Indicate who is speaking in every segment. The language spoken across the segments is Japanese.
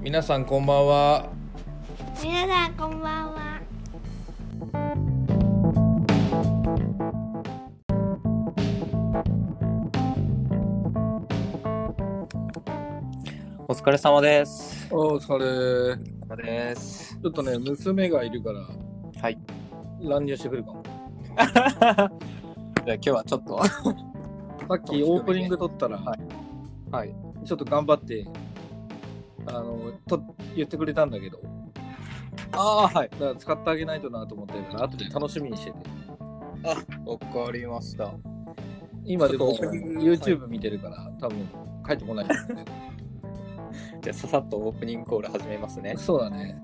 Speaker 1: 皆さんこんばんは
Speaker 2: 皆さんこんばんは。
Speaker 3: お疲れ様です。
Speaker 4: お疲れ。
Speaker 3: お疲れです。
Speaker 4: ちょっとね、娘がいるから、
Speaker 3: はい。
Speaker 4: 乱入してくるかも。
Speaker 3: じゃあ今 日はちょっと
Speaker 4: さっきオープニング撮ったら、
Speaker 3: ははい
Speaker 4: ちょっと頑張って、あの、と言ってくれたんだけど、
Speaker 3: ああはい
Speaker 4: だから使ってあげないとなと思ってるから、後で楽しみにしてて。
Speaker 3: わかりました。
Speaker 4: 今でも
Speaker 3: ちょっとオープニング
Speaker 4: YouTube 見てるから、多分帰ってこない。
Speaker 3: じゃあささっとオープニングコール始めますね。
Speaker 4: そうだね。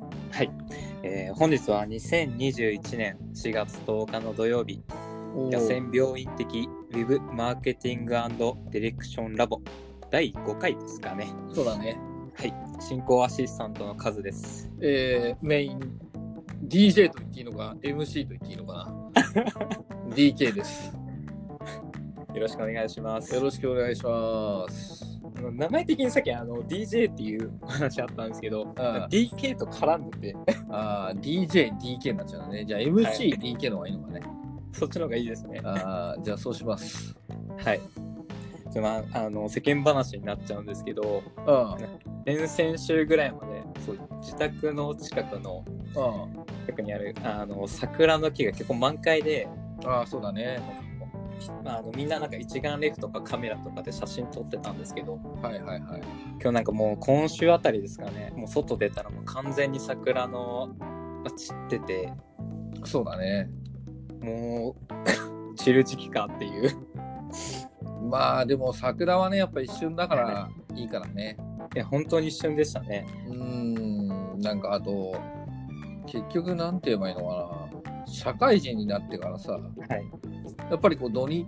Speaker 3: えー本日は2021年4月10日の土曜日、
Speaker 4: お
Speaker 3: 野戦病院的ウェブマーケティングディレクションラボ第5回ですかね。
Speaker 4: そうだね。
Speaker 3: はい。進行アシスタントの数です。
Speaker 4: えー、メイン、DJ と言っていいのか、MC と言っていいのか な。DK です。
Speaker 3: よろしくお願いします
Speaker 4: よ。ろしくお願いします。
Speaker 3: あの名前的にさっきあの DJ っていうお話あったんですけど、DK と絡んでて、
Speaker 4: ああ、DJ、DK になっちゃうね。じゃあ MC、
Speaker 3: はい
Speaker 4: DK の方がいいのかね。
Speaker 3: そっちの方がいいですね。
Speaker 4: ああ、じゃあそうします。
Speaker 3: はい。でまあ、あの世間話になっちゃうんですけど、
Speaker 4: うん、うん、
Speaker 3: 先々週ぐらいまでそう自宅の近くの近くにあるあの桜の木が結構満開で、
Speaker 4: ああ、そうだね。
Speaker 3: まあ、あのみんななんか一眼レフとかカメラとかで写真撮ってたんですけど、
Speaker 4: はいはいはい。
Speaker 3: 今日なんかもう今週あたりですかね、もう外出たらもう完全に桜のが散ってて、
Speaker 4: そうだね。
Speaker 3: もう 散る時期かっていう。
Speaker 4: まあでも桜はね、やっぱ一瞬だからいいからね。
Speaker 3: いや、本当に一瞬でしたね。
Speaker 4: うーん、なんかあと、結局なんて言えばいいのかな。社会人になってからさ、
Speaker 3: はい。
Speaker 4: やっぱりこう土日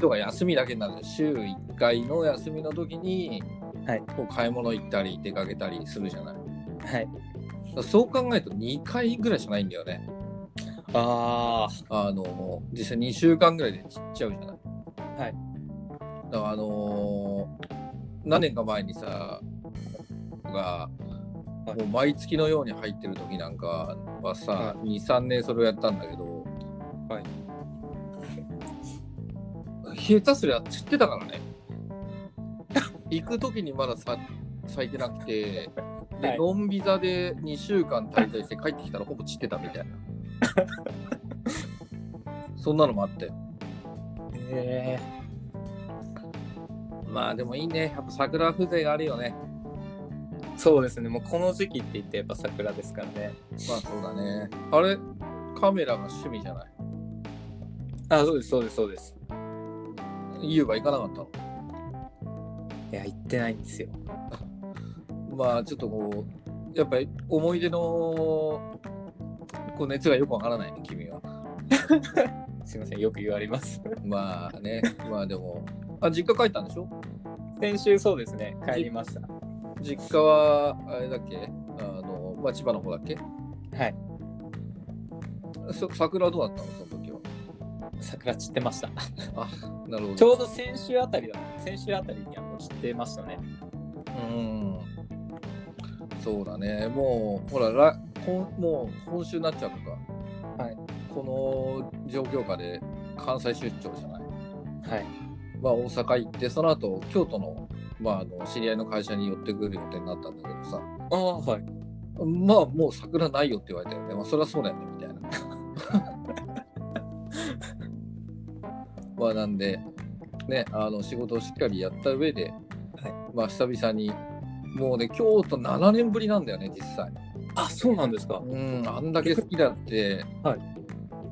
Speaker 4: とか休みだけになる週1回の休みの時に、
Speaker 3: はい
Speaker 4: こう買い物行ったり出かけたりするじゃない。
Speaker 3: は
Speaker 4: だ
Speaker 3: い。
Speaker 4: からそう考えると2回ぐらいしかないんだよね。
Speaker 3: あ
Speaker 4: あの、実際2週間ぐらいで散っちゃうじゃない。
Speaker 3: はい。
Speaker 4: だからあのー何年か前にさ、が、
Speaker 3: は
Speaker 4: も
Speaker 3: いう
Speaker 4: 毎月のように入ってる時なんかはさ、
Speaker 3: は
Speaker 4: 2、3年それをやったんだけど、
Speaker 3: はい。
Speaker 4: 下手すりゃ散ってたからね。行く時にまださ咲いてなくて、で、
Speaker 3: はい
Speaker 4: ノンビザで2週間滞在して帰ってきたらほぼ散ってたみ たいな。そんなのもあって。
Speaker 3: あ。え
Speaker 4: まあでもいいね。やっぱ桜風情があるよね。
Speaker 3: そうですね。もうこの時期って言ってやっぱ桜ですからね。
Speaker 4: まあそうだね。あれカメラが趣味じゃない。
Speaker 3: あ、そうです、そうです、そうです。
Speaker 4: ユーバ行かなかった
Speaker 3: いや、行ってないんですよ。
Speaker 4: のまあちょっとこう、やっぱり思い出のこう熱がよくわからないね、君は。
Speaker 3: すいません、よく言われます。
Speaker 4: まあね、まあでも。あ、実家帰ったんでしょ
Speaker 3: 先週そうですね、帰りました。
Speaker 4: 実家は、あれだっけあの、まあ、千葉の方だっけ
Speaker 3: はい。
Speaker 4: そ桜はどうだったのその時は。
Speaker 3: 桜散ってました。
Speaker 4: なるほど。
Speaker 3: ちょうど先週あたりだ。先週あたりにはもう散ってましたね。
Speaker 4: うん。そうだね。もう、ほら、らこんもう今週になっちゃうのか。
Speaker 3: はい。
Speaker 4: この状況下で関西出張じゃない。
Speaker 3: はい。
Speaker 4: まあ、大阪行って、その後、京都の、まあ、あの、知り合いの会社に寄ってくる予定になったんだけどさ。
Speaker 3: ああ、はい。
Speaker 4: まあ、もう桜ないよって言われたよね。まあ、そりゃそうだよね、みたいな。まあ、なんで、ね、あの、仕事をしっかりやった上で、まあ、久々に、もうね、京都7年ぶりなんだよね、実際。
Speaker 3: あ、そうなんですか。
Speaker 4: うん、あんだけ好きだって、
Speaker 3: はい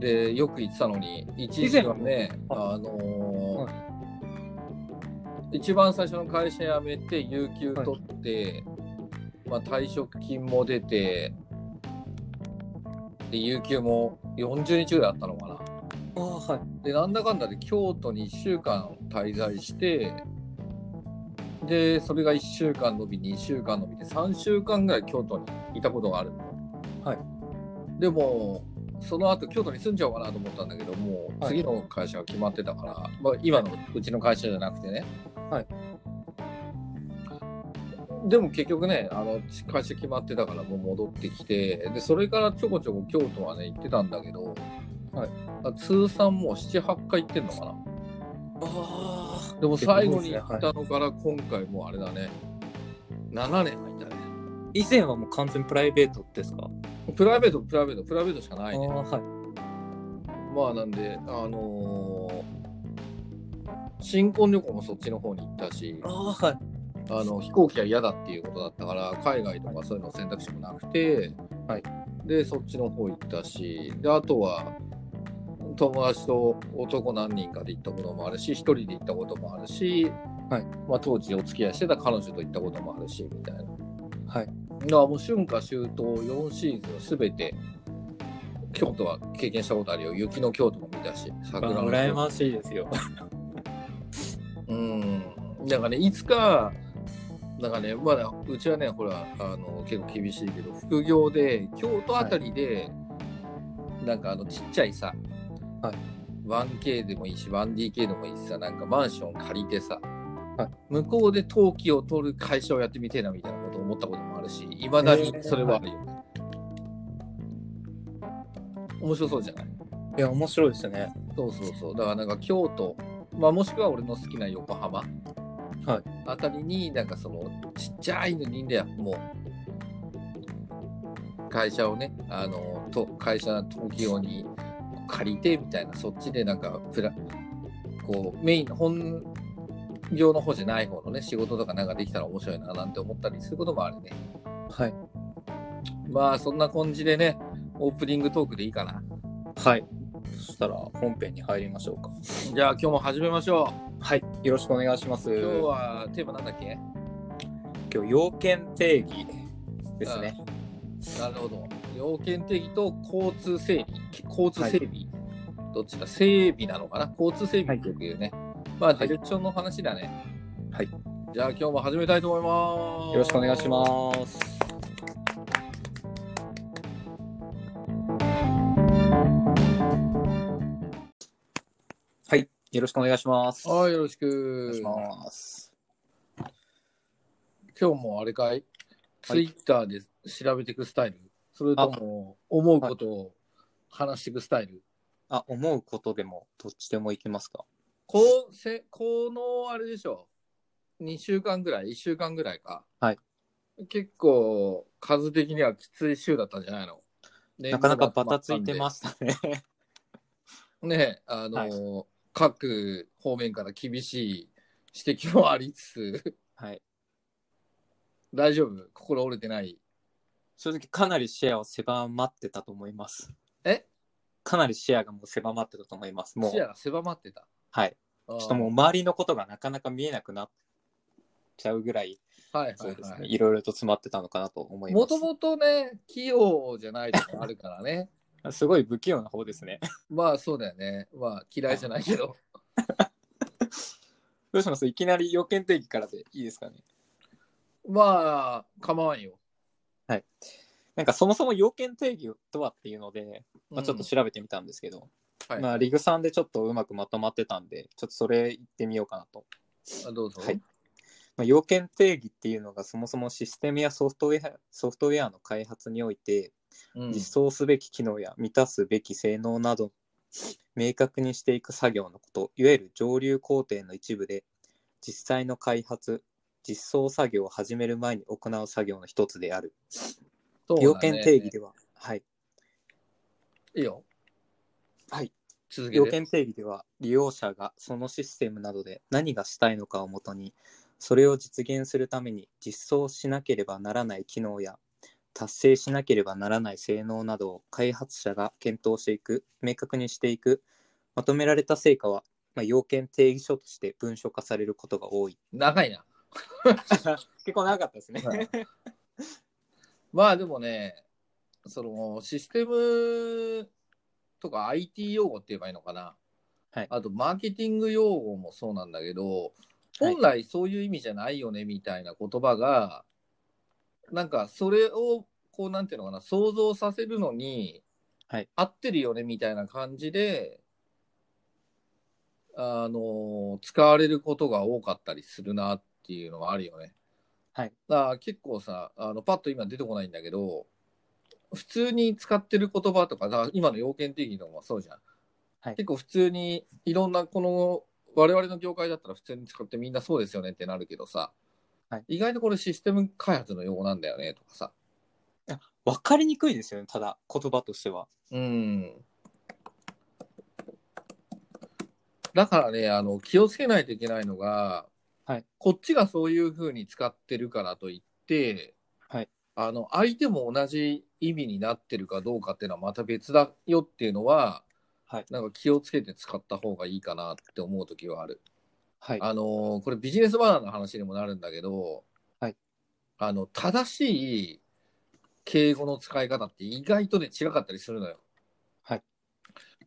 Speaker 4: で、よく行ってたのに、一時はね、
Speaker 3: 以前は
Speaker 4: あのー
Speaker 3: は
Speaker 4: 一番最初の会社辞めて、有給取って、まあ、退職金も出て、で、有給も40日ぐらいあったのかな。
Speaker 3: ああ、はい。
Speaker 4: で、なんだかんだで京都に1週間滞在して、で、それが1週間延び、2週間延びて、3週間ぐらい京都にいたことがあるの。
Speaker 3: はい
Speaker 4: でも、その後京都に住んじゃおうかなと思ったんだけど、もう
Speaker 3: はい
Speaker 4: 次の会社が決まってたから、まあ、今のうちの会社じゃなくてね。
Speaker 3: はい
Speaker 4: でも結局ねあの会社決まってたからもう戻ってきてでそれからちょこちょこ京都はね行ってたんだけど、、
Speaker 3: はい
Speaker 4: 通算もう78回行ってんのかな
Speaker 3: ああ。
Speaker 4: でも最後に行ったのから今回もうあれだね7年入ったね
Speaker 3: 以前はもう完全プライベートですか
Speaker 4: プライベートプライベートプライベートしかな
Speaker 3: あ
Speaker 4: い
Speaker 3: ー
Speaker 4: ね
Speaker 3: はい。
Speaker 4: まあなんであのー新婚旅行もそっちの方に行ったし
Speaker 3: ああー、はい。
Speaker 4: あの飛行機は嫌だっていうことだったから海外とかそういうの選択肢もなくて、
Speaker 3: はい
Speaker 4: でそっちの方行ったしであとは友達と男何人かで行ったこともあるし一人で行ったこともあるし、
Speaker 3: はい
Speaker 4: まあ、当時お付き合いしてた彼女と行ったこともあるしみたいなだか
Speaker 3: はい。
Speaker 4: らもう春夏秋冬4シーズン全て京都は経験したことあるよ雪の京都も見たし
Speaker 3: あ
Speaker 4: 桜の京都
Speaker 3: ー羨ましいですよ。
Speaker 4: うん、なんかね、いつか、なんかね、まだうちはね、ほら、あの結構厳しいけど、副業で、京都あたりで、なんかあのちっちゃいさ、
Speaker 3: はい
Speaker 4: 1K でもいいし、1DK でもいいしさ、なんかマンション借りてさ、
Speaker 3: はい
Speaker 4: 向こうで登記を取る会社をやってみてえなみたいなこと思ったこともあるし、いまだにそれはあるよ、ね面白そうじゃない
Speaker 3: いや、面白いですね。
Speaker 4: そうそうそう。だからなんか京都、まあ、もしくは俺の好きな横浜、
Speaker 3: はい、
Speaker 4: あたりになんかそのちっちゃいのにね、もう会社をね、あのと会社の東京に借りてみたいな、そっちでなんかプラこうメイン、本業の方じゃない方のね、仕事とかなんかできたら面白いななんて思ったりすることもあるね。
Speaker 3: はい。
Speaker 4: まあそんな感じでね、オープニングトークでいいかな。
Speaker 3: はい。そしたら本編に入りましょうか。
Speaker 4: じゃあ今日も始めましょう。
Speaker 3: はい。よろしくお願いします。
Speaker 4: 今日はテーマなんだっけ
Speaker 3: 今日要件定義ですね。
Speaker 4: なるほど。要件定義と交通整備、交通整備、どっちだ整備なのかな交通整備ってよく言うね。まあ、ディレクションの話だね。
Speaker 3: はい。
Speaker 4: じゃあ、今日も始めたいと思います。。
Speaker 3: よろしくお願いしますす。はい。よろしくお願いします。
Speaker 4: はい、よろし
Speaker 3: お
Speaker 4: く
Speaker 3: 願いし。ます。
Speaker 4: 今日もあれかい、ツイッターで調べていくスタイルそれとも、思うことを話していくスタイル、
Speaker 3: あ、思うことでもどっちでもいきますか。
Speaker 4: こうせこのあれでしょ2週間ぐらい1週間ぐらいか
Speaker 3: はい
Speaker 4: 結構数的にはきつい週だったんじゃないの
Speaker 3: なかなかバタついてますしたね。
Speaker 4: ねあの、各方面から厳しい指摘もありつつ
Speaker 3: はい。
Speaker 4: 大丈夫心折れてない
Speaker 3: 正直かなりシェアを狭まってたと思います。
Speaker 4: え
Speaker 3: かなり視野がもう狭まってたと思います。も
Speaker 4: 視野
Speaker 3: う、
Speaker 4: が狭まってた
Speaker 3: はい。
Speaker 4: ちょ
Speaker 3: ちょっともう周りのことがなかなか見えなくなっちゃうぐらい、
Speaker 4: はいはい
Speaker 3: そうです
Speaker 4: は
Speaker 3: ね。
Speaker 4: い
Speaker 3: いろいろと詰まってたのかなと思います。
Speaker 4: もともとね器用じゃないとかあるからね
Speaker 3: すごい不器用な方ですね。
Speaker 4: まあそうだよねまあ嫌いじゃないけど
Speaker 3: どうしますいきなり要件定義からでいいですかね。
Speaker 4: まあ構わんよ、
Speaker 3: なんかそもそも要件定義とはっていうので、まあ、ちょっと
Speaker 4: うん
Speaker 3: 調べてみたんですけど、
Speaker 4: はい
Speaker 3: まあ、リグさんでちょっとうまくまとまってたんで、ちょっとそれ言ってみようかなと。
Speaker 4: あどうぞ。
Speaker 3: はいまあ、要件定義っていうのがそもそもシステムやソフトウェアソフトウェアの開発において
Speaker 4: うん
Speaker 3: 実装すべき機能や満たすべき性能など明確にしていく作業のこといわゆる上流工程の一部で実際の開発実装作業を始める前に行う作業の一つである、
Speaker 4: そうだね
Speaker 3: 要件定義では、はい、
Speaker 4: いいよ。
Speaker 3: はい。
Speaker 4: 続けて。
Speaker 3: 要件定義では利用者がそのシステムなどで何がしたいのかをもとにそれを実現するために実装しなければならない機能や達成しなければならない性能などを開発者が検討していく明確にしていくまとめられた成果は、まあ、要件定義書として文書化されることが 多い
Speaker 4: 長いな。
Speaker 3: 結構長かったですね
Speaker 4: はいまあでもね、そのシステムとか IT 用語って言えばいいのかな。
Speaker 3: はい
Speaker 4: あとマーケティング用語もそうなんだけど、
Speaker 3: はい
Speaker 4: 本来そういう意味じゃないよねみたいな言葉が、なんかそれをこうなんていうのかな、想像させるのに、
Speaker 3: はい
Speaker 4: 合ってるよねみたいな感じで、あの使われることが多かったりするなっていうのはあるよね。
Speaker 3: はい
Speaker 4: あ結構さあのパッと今出てこないんだけど普通に使ってる言葉とかだから今の要件定義のもそうじゃん、
Speaker 3: はい
Speaker 4: 結構普通にいろんなこの我々の業界だったら普通に使ってみんなそうですよねってなるけどさ、
Speaker 3: はい
Speaker 4: 意外とこれシステム開発の用語なんだよねとかさ
Speaker 3: 分かりにくいですよねただ言葉としては
Speaker 4: うんだからねあの気をつけないといけないのが、
Speaker 3: はい
Speaker 4: こっちがそういうふうに使ってるからといって、
Speaker 3: はい
Speaker 4: あの相手も同じ意味になってるかどうかっていうのはまた別だよっていうのは、
Speaker 3: はい
Speaker 4: なんか気をつけて使った方がいいかなって思う時はある。
Speaker 3: はい
Speaker 4: あのーこれビジネスマナーの話にもなるんだけど、
Speaker 3: はい
Speaker 4: あの正しい敬語の使い方って意外とね違かったりするのよ。
Speaker 3: はい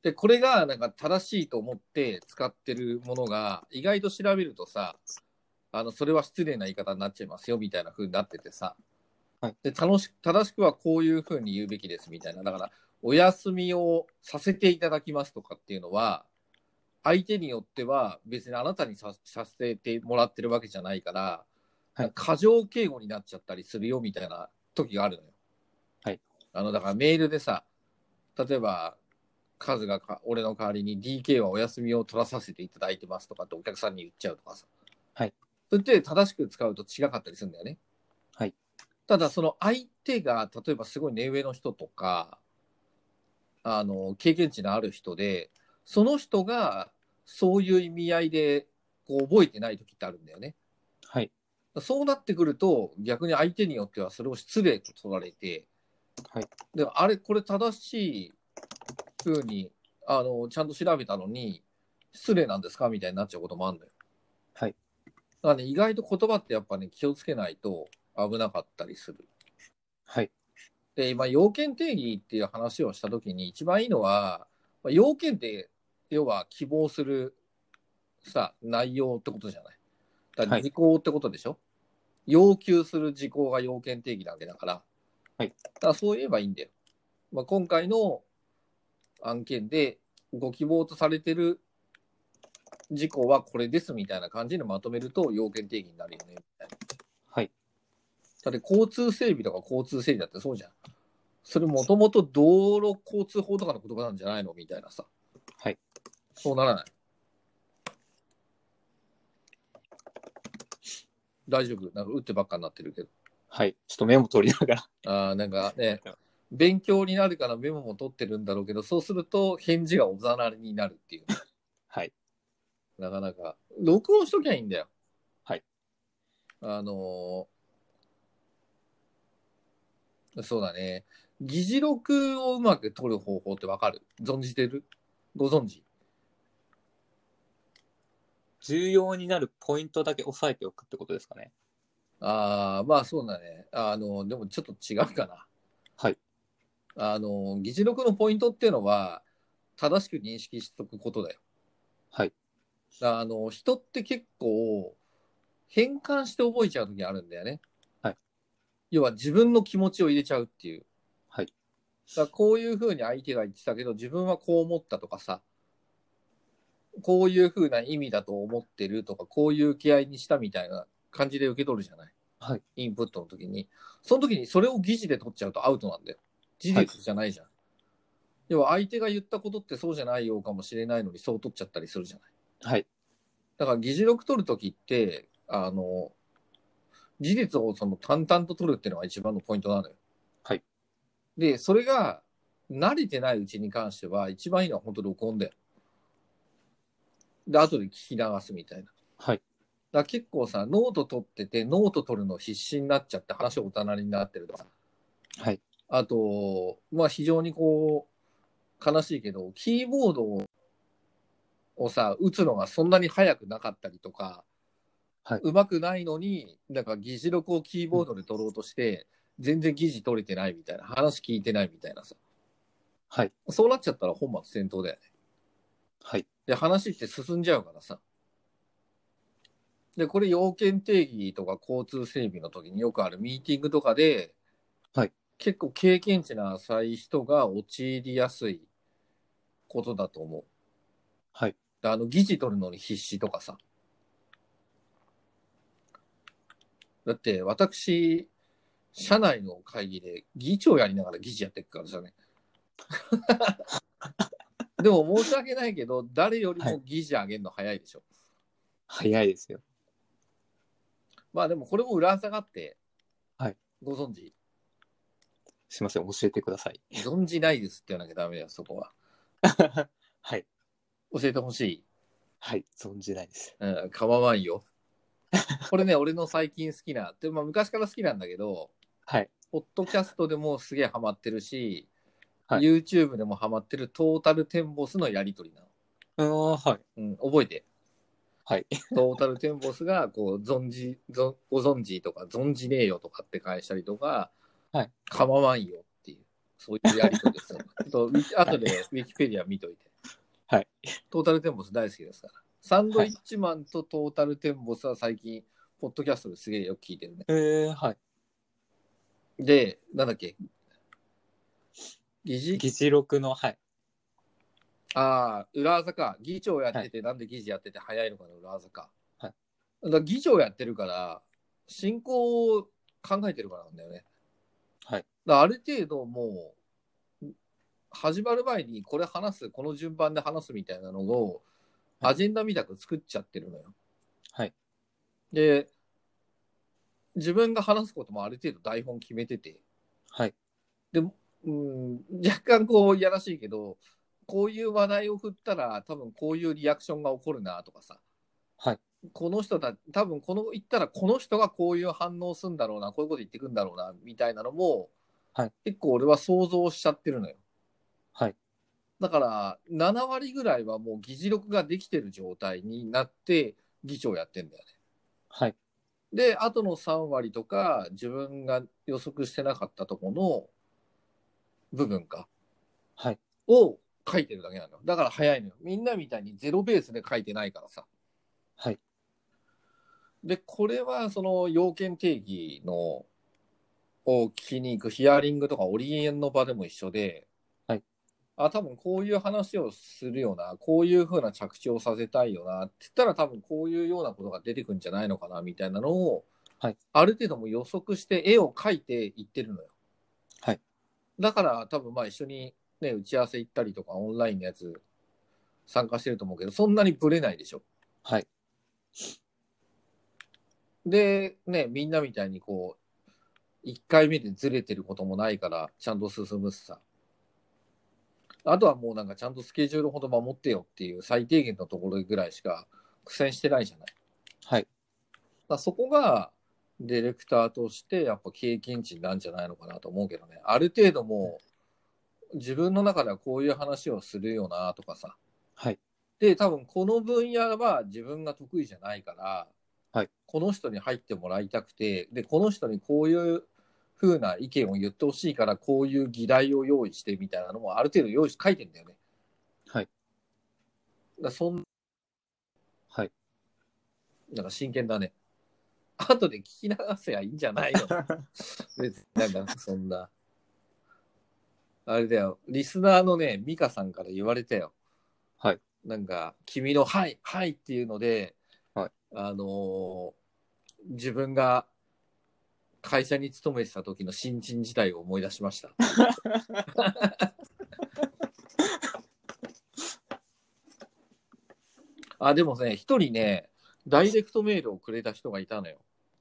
Speaker 4: でこれがなんか正しいと思って使ってるものが意外と調べるとさあのそれは失礼な言い方になっちゃいますよみたいな風になっててさ、
Speaker 3: はい
Speaker 4: で楽し正しくはこういう風に言うべきですみたいなだからお休みをさせていただきますとかっていうのは相手によっては別にあなたにささせてもらってるわけじゃないから、
Speaker 3: はい
Speaker 4: 過剰敬語になっちゃったりするよみたいな時があるのよ。
Speaker 3: はい、
Speaker 4: あのだからメールでさ例えばカズがか俺の代わりに DK はお休みを取らさせていただいてますとかってお客さんに言っちゃうとかさ、
Speaker 3: はい、
Speaker 4: それって正しく使うと違かったりするんだよね。
Speaker 3: はい、
Speaker 4: ただその相手が例えばすごい目上の人とかあの経験値のある人でその人がそういう意味合いでこう覚えてない時ってあるんだよね。
Speaker 3: はい
Speaker 4: そうなってくると逆に相手によってはそれを失礼と取られて、
Speaker 3: はい
Speaker 4: であれこれ正しいふうにあのちゃんと調べたのに失礼なんですかみたいになっちゃうこともあるんだよ。
Speaker 3: はい、
Speaker 4: だからね意外と言葉ってやっぱね気をつけないと危なかったりする。
Speaker 3: はい
Speaker 4: で、今、要件定義っていう話をしたときに、一番いいのは、まあ、要件って、要は希望するさ、内容ってことじゃない。だか
Speaker 3: は
Speaker 4: ら
Speaker 3: い
Speaker 4: 事項ってことでしょ、要求する事項が要件定義なわけだから。
Speaker 3: はい
Speaker 4: だからそう言えばいいんだよ。まあ、今回の案件で、ご希望とされてる事項はこれですみたいな感じでまとめると要件定義になるよね、みたいな。
Speaker 3: はい
Speaker 4: だって交通整備とか交通整理だってそうじゃん。それもともと道路交通法とかの言葉なんじゃないのみたいなさ。
Speaker 3: はい。
Speaker 4: そうならない。大丈夫なんか打ってばっかになってるけど。
Speaker 3: はいちょっとメモ取りながら
Speaker 4: ああ、なんかね、勉強になるからメモも取ってるんだろうけど、そうすると返事がおざなりになるっていう。
Speaker 3: はい
Speaker 4: なかなか。録音しときゃいいんだよ。
Speaker 3: はい。
Speaker 4: あのーそうだね。議事録をうまく取る方法ってわかる存じてるご存知
Speaker 3: 重要になるポイントだけ押さえておくってことですかね
Speaker 4: ああ、まあそうだね。あの、でもちょっと違うかな。
Speaker 3: はい。
Speaker 4: あの、議事録のポイントっていうのは、正しく認識しとくことだよ。
Speaker 3: はい。
Speaker 4: あの、人って結構、変換して覚えちゃう時あるんだよね。
Speaker 3: はい。
Speaker 4: 要は自分の気持ちを入れちゃうっていう。
Speaker 3: はい
Speaker 4: だからこういうふうに相手が言ってたけど、自分はこう思ったとかさ、こういうふうな意味だと思ってるとか、こういう気合いにしたみたいな感じで受け取るじゃない。
Speaker 3: はい。
Speaker 4: インプットの時に。その時にそれを疑似で取っちゃうとアウトなんだよ。事実じゃないじゃん。要は相手が言ったことってそうじゃないようかもしれないのにそう取っちゃったりするじゃない。
Speaker 3: はい
Speaker 4: だから議事録取る時って、あの、事実をその淡々と取るっていうのが一番のポイントなのよ。
Speaker 3: はい。
Speaker 4: で、それが慣れてないうちに関しては、一番いいのは本当録音だよ。で、後で聞き流すみたいな。
Speaker 3: はい
Speaker 4: だから結構さ、ノート取ってて、ノート取るの必死になっちゃって話をおたなりになってるとか、
Speaker 3: はい
Speaker 4: あと、まあ非常にこう、悲しいけど、キーボードををさ、打つのがそんなに速くなかったりとか、
Speaker 3: はいう
Speaker 4: まくないのに、なんか議事録をキーボードで取ろうとして、全然議事取れてないみたいな、話聞いてないみたいなさ、
Speaker 3: はい
Speaker 4: そうなっちゃったら本末転倒だよね。
Speaker 3: はい
Speaker 4: で、話って進んじゃうからさ。で、これ要件定義とか交通整備の時によくあるミーティングとかで、
Speaker 3: はい
Speaker 4: 結構経験値の浅い人が陥りやすいことだと思う。
Speaker 3: はい
Speaker 4: であの、議事取るのに必死とかさ。だって私、社内の会議で議長やりながら議事やってるからさね。でも申し訳ないけど、誰よりも議事上げるの早いでしょ。
Speaker 3: 早いですよ。
Speaker 4: まあでもこれも裏技があって、
Speaker 3: はい、
Speaker 4: ご存知
Speaker 3: すいません、教えてください。
Speaker 4: 存じないですって言わなきゃダメだよ、そこは。
Speaker 3: はい。
Speaker 4: 教えてほしい。
Speaker 3: はい、存じないです。
Speaker 4: うん、構わん よ。これね、俺の最近好きな、でまあ、昔から好きなんだけど、
Speaker 3: はい。
Speaker 4: ポッドキャストでもすげえハマってるし、
Speaker 3: はい
Speaker 4: YouTube でもハマってるトータルテンボスのやりとりなの。
Speaker 3: ああ、はい。
Speaker 4: うん、覚えて。
Speaker 3: はい。
Speaker 4: トータルテンボスが、こう、存じ、ぞご存じとか、存じねえよとかって返したりとか、
Speaker 3: はい。
Speaker 4: 構わんよっていう、そういうやりとり ですよ。ちょっとウィキ、あとでウィキペディア見といて。
Speaker 3: はい。
Speaker 4: トータルテンボス大好きですから。サンドイッチマンとトータルテンボスは最近、ポッドキャストですげえよく聞いてるね。
Speaker 3: えー、はい。
Speaker 4: で、なんだっけ議事
Speaker 3: 議事録の、はい。
Speaker 4: ああ、裏技か。議長やってて、なんで議事やってて早いのかの裏技か。
Speaker 3: はい
Speaker 4: だから議長やってるから、進行を考えてるからなんだよね。
Speaker 3: はい
Speaker 4: だからある程度もう、始まる前にこれ話す、この順番で話すみたいなのを、
Speaker 3: はい
Speaker 4: アジェンダみたく作っちゃってるのよ。
Speaker 3: はい。
Speaker 4: で、自分が話すこともある程度台本決めてて、
Speaker 3: はい。
Speaker 4: うん、若干こういやらしいけど、こういう話題を振ったら、多分こういうリアクションが起こるなとかさ、
Speaker 3: はい、
Speaker 4: この人だ、多分この言ったら、この人がこういう反応するんだろうな、こういうこと言ってくんだろうなみたいなのも、
Speaker 3: はい、
Speaker 4: 結構俺は想像しちゃってるのよ。
Speaker 3: はい。
Speaker 4: だから、7割ぐらいはもう議事録ができてる状態になって、議長やってんだよね。
Speaker 3: はい。
Speaker 4: で、あとの3割とか、自分が予測してなかったところの部分か。
Speaker 3: はい
Speaker 4: を書いてるだけなのよ。だから早いのよ。みんなみたいにゼロベースで書いてないからさ。
Speaker 3: はい。
Speaker 4: で、これはその要件定義のを聞きに行くヒアリングとかオリエンの場でも一緒で、
Speaker 3: はい。
Speaker 4: あ、多分こういう話をするよな、こういう風な着地をさせたいよな、って言ったら多分こういうようなことが出てくんじゃないのかな、みたいなのを、
Speaker 3: はい。
Speaker 4: ある程度も予測して絵を描いていってるのよ。
Speaker 3: はい。
Speaker 4: だから多分まあ一緒にね、打ち合わせ行ったりとかオンラインのやつ参加してると思うけど、そんなにブレないでしょ。
Speaker 3: はい。
Speaker 4: で、ね、みんなみたいにこう、1回目でずれてることもないから、ちゃんと進むしさ。あとはもうなんかちゃんとスケジュールほど守ってよっていう最低限のところぐらいしか苦戦してないじゃない。
Speaker 3: はい。
Speaker 4: だからそこが、ディレクターとしてやっぱ経験値なんじゃないのかなと思うけどね。ある程度もう、自分の中ではこういう話をするよなとかさ。
Speaker 3: はい。
Speaker 4: で、多分この分野は自分が得意じゃないから、
Speaker 3: はい
Speaker 4: この人に入ってもらいたくて、で、この人にこういう風な意見を言ってほしいから、こういう議題を用意してみたいなのもある程度用意して書いてんだよね。
Speaker 3: はい。
Speaker 4: だからそん
Speaker 3: はい。
Speaker 4: なんか真剣だね。後で聞き流せばいいんじゃない の別になんかそんな。あれだよ。リスナーのね、ミカさんから言われたよ。
Speaker 3: はい。
Speaker 4: なんか、君のはい、はいっていうので、
Speaker 3: はい。
Speaker 4: あのー自分が会社に勤めてた時の新人時代を思い出しま した。あ、でもね、一人ね、ダイレクトメールをくれた人がいたのよ。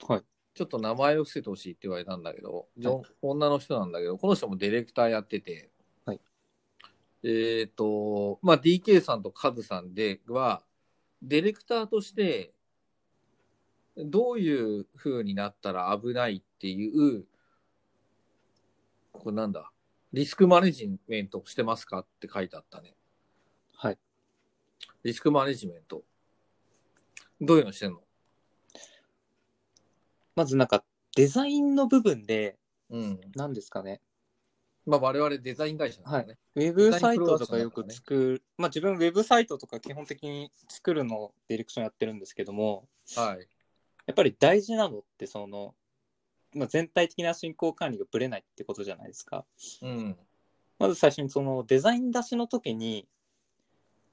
Speaker 3: はい。
Speaker 4: ちょっと名前を伏せてほしいって言われたんだけど、じょ女の人なんだけど、この人もディレクターやってて、
Speaker 3: はい。
Speaker 4: えっ、と、まあ、DK さんとカズさんでは、ディレクターとして、どういう風になったら危ないっていう、これなんだ、リスクマネジメントしてますかって書いてあったね。
Speaker 3: はい。
Speaker 4: リスクマネジメント。どういうのしてんの
Speaker 3: まずなんか、デザインの部分で、
Speaker 4: うん。
Speaker 3: 何ですかね。
Speaker 4: まあ我々デザイン会社なんだよね。
Speaker 3: ウェブサイトとかよく作る、まあ自分ウェブサイトとか基本的に作るのをディレクションやってるんですけども、
Speaker 4: はい。
Speaker 3: やっぱり大事なのってその、まあ、全体的な進行管理がぶれないってことじゃないですか。
Speaker 4: うん。
Speaker 3: まず最初にそのデザイン出しの時に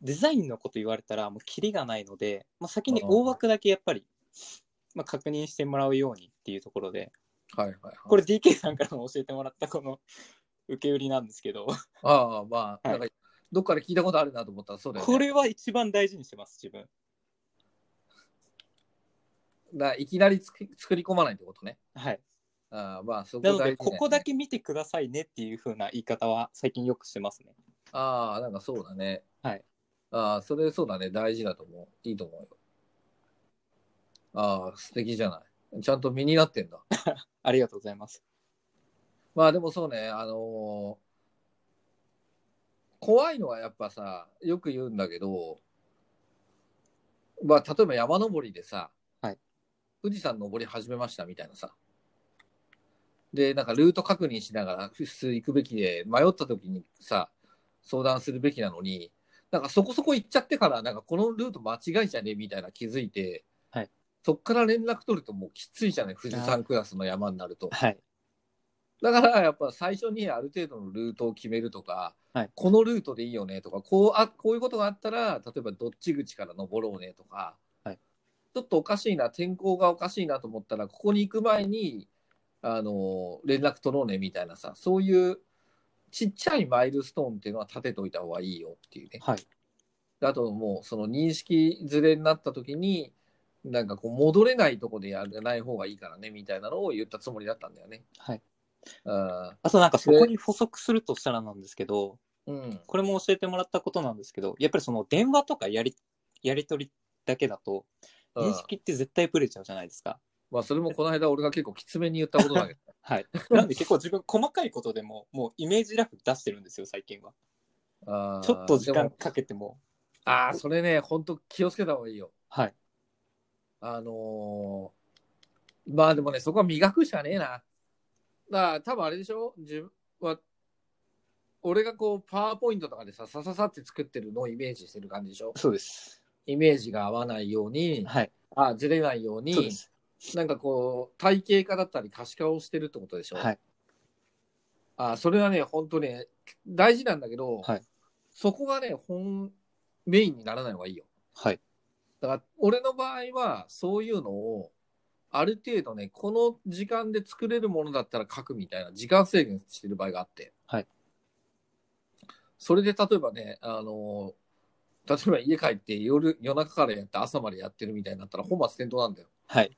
Speaker 3: デザインのこと言われたらもうキリがないので、まあ、先に大枠だけやっぱりまあ、確認してもらうようにっていうところで、
Speaker 4: はいはいはい。
Speaker 3: これ DK さんからも教えてもらったこの受け売りなんですけど、
Speaker 4: ああ、まあ、ない
Speaker 3: は
Speaker 4: んか、どっかで聞いたことあるなと思ったら、そうだよ、ね。
Speaker 3: これは一番大事にしてます、自分。
Speaker 4: ないきなりつく作り込まないってことね。
Speaker 3: はい。
Speaker 4: ああまあ、そこ
Speaker 3: な
Speaker 4: 大事だ
Speaker 3: の
Speaker 4: よ
Speaker 3: で、
Speaker 4: ね
Speaker 3: ここだ。け見てくださいねっていう風な言い方は最近よくしてますね。
Speaker 4: ああ、なんかそうだね。
Speaker 3: はい。
Speaker 4: ああ、それそうだね。大事だと思う。いいと思うよ。ああ、素敵じゃない。ちゃんと身になってんだ。
Speaker 3: ありがとうございます。
Speaker 4: まあでもそうね、あのー怖いのはやっぱさ、よく言うんだけど、まあ例えば山登りでさ、
Speaker 3: はい
Speaker 4: 富士山登り始めましたみたいなさ、で、なんかルート確認しながら普通行くべきで、迷った時にさ、相談するべきなのに、なんかそこそこ行っちゃってから、なんかこのルート間違いじゃねえみたいな気づいて、
Speaker 3: はい
Speaker 4: そっから連絡取るともうきついじゃない、富士山クラスの山になると。
Speaker 3: はい。
Speaker 4: だからやっぱ最初にある程度のルートを決めるとか、
Speaker 3: はい
Speaker 4: このルートでいいよねとかこうあこういうことがあったら例えばどっち口から登ろうねとか、
Speaker 3: はい
Speaker 4: ちょっとおかしいな天候がおかしいなと思ったらここに行く前にあの連絡取ろうねみたいなさそういうちっちゃいマイルストーンっていうのは立てといた方がいいよっていうね。
Speaker 3: はい。
Speaker 4: あともうその認識ずれになった時になんかこう戻れないとこでやらない方がいいからねみたいなのを言ったつもりだったんだよね。
Speaker 3: はい。
Speaker 4: あ
Speaker 3: あとなんかそこに補足するとしたらなんですけど、
Speaker 4: ーうん、
Speaker 3: これも教えてもらったことなんですけど、やっぱりその電話とかやり、やり取りだけだと、
Speaker 4: うん
Speaker 3: 認識って絶対ブレちゃうじゃないですか。
Speaker 4: まあそれもこの間俺が結構きつめに言ったこと だけど
Speaker 3: はい。なんで結構自分細かいことでも、もうイメージラフ出してるんですよ、最近は。
Speaker 4: あー
Speaker 3: ちょっと時
Speaker 4: で
Speaker 3: 間
Speaker 4: も
Speaker 3: かけても。
Speaker 4: ああそれね本当気をつけた方がいいよ
Speaker 3: はい。
Speaker 4: あのーまあでもねそこは磨くしかねえなだから多分あれでしょ自分は俺がこうパワーポイントとかでささささって作ってるのをイメージしてる感じでしょ
Speaker 3: そうです。
Speaker 4: イメージが合わないように
Speaker 3: はい。
Speaker 4: あずれないよう
Speaker 3: そう
Speaker 4: に
Speaker 3: です。
Speaker 4: なんかこう体系化だったり可視化をしてるってことでしょ、
Speaker 3: はい。
Speaker 4: あそれはね、本当ね、大事なんだけど、
Speaker 3: はい
Speaker 4: そこがね、本、メインにならない方がいいよ。
Speaker 3: はい。
Speaker 4: だから、俺の場合は、そういうのを、ある程度ね、この時間で作れるものだったら書くみたいな、時間制限してる場合があって。
Speaker 3: はい
Speaker 4: それで、例えばね、あの、例えば家帰って夜、夜中からやって朝までやってるみたいになったら本末転倒なんだよ。
Speaker 3: はい。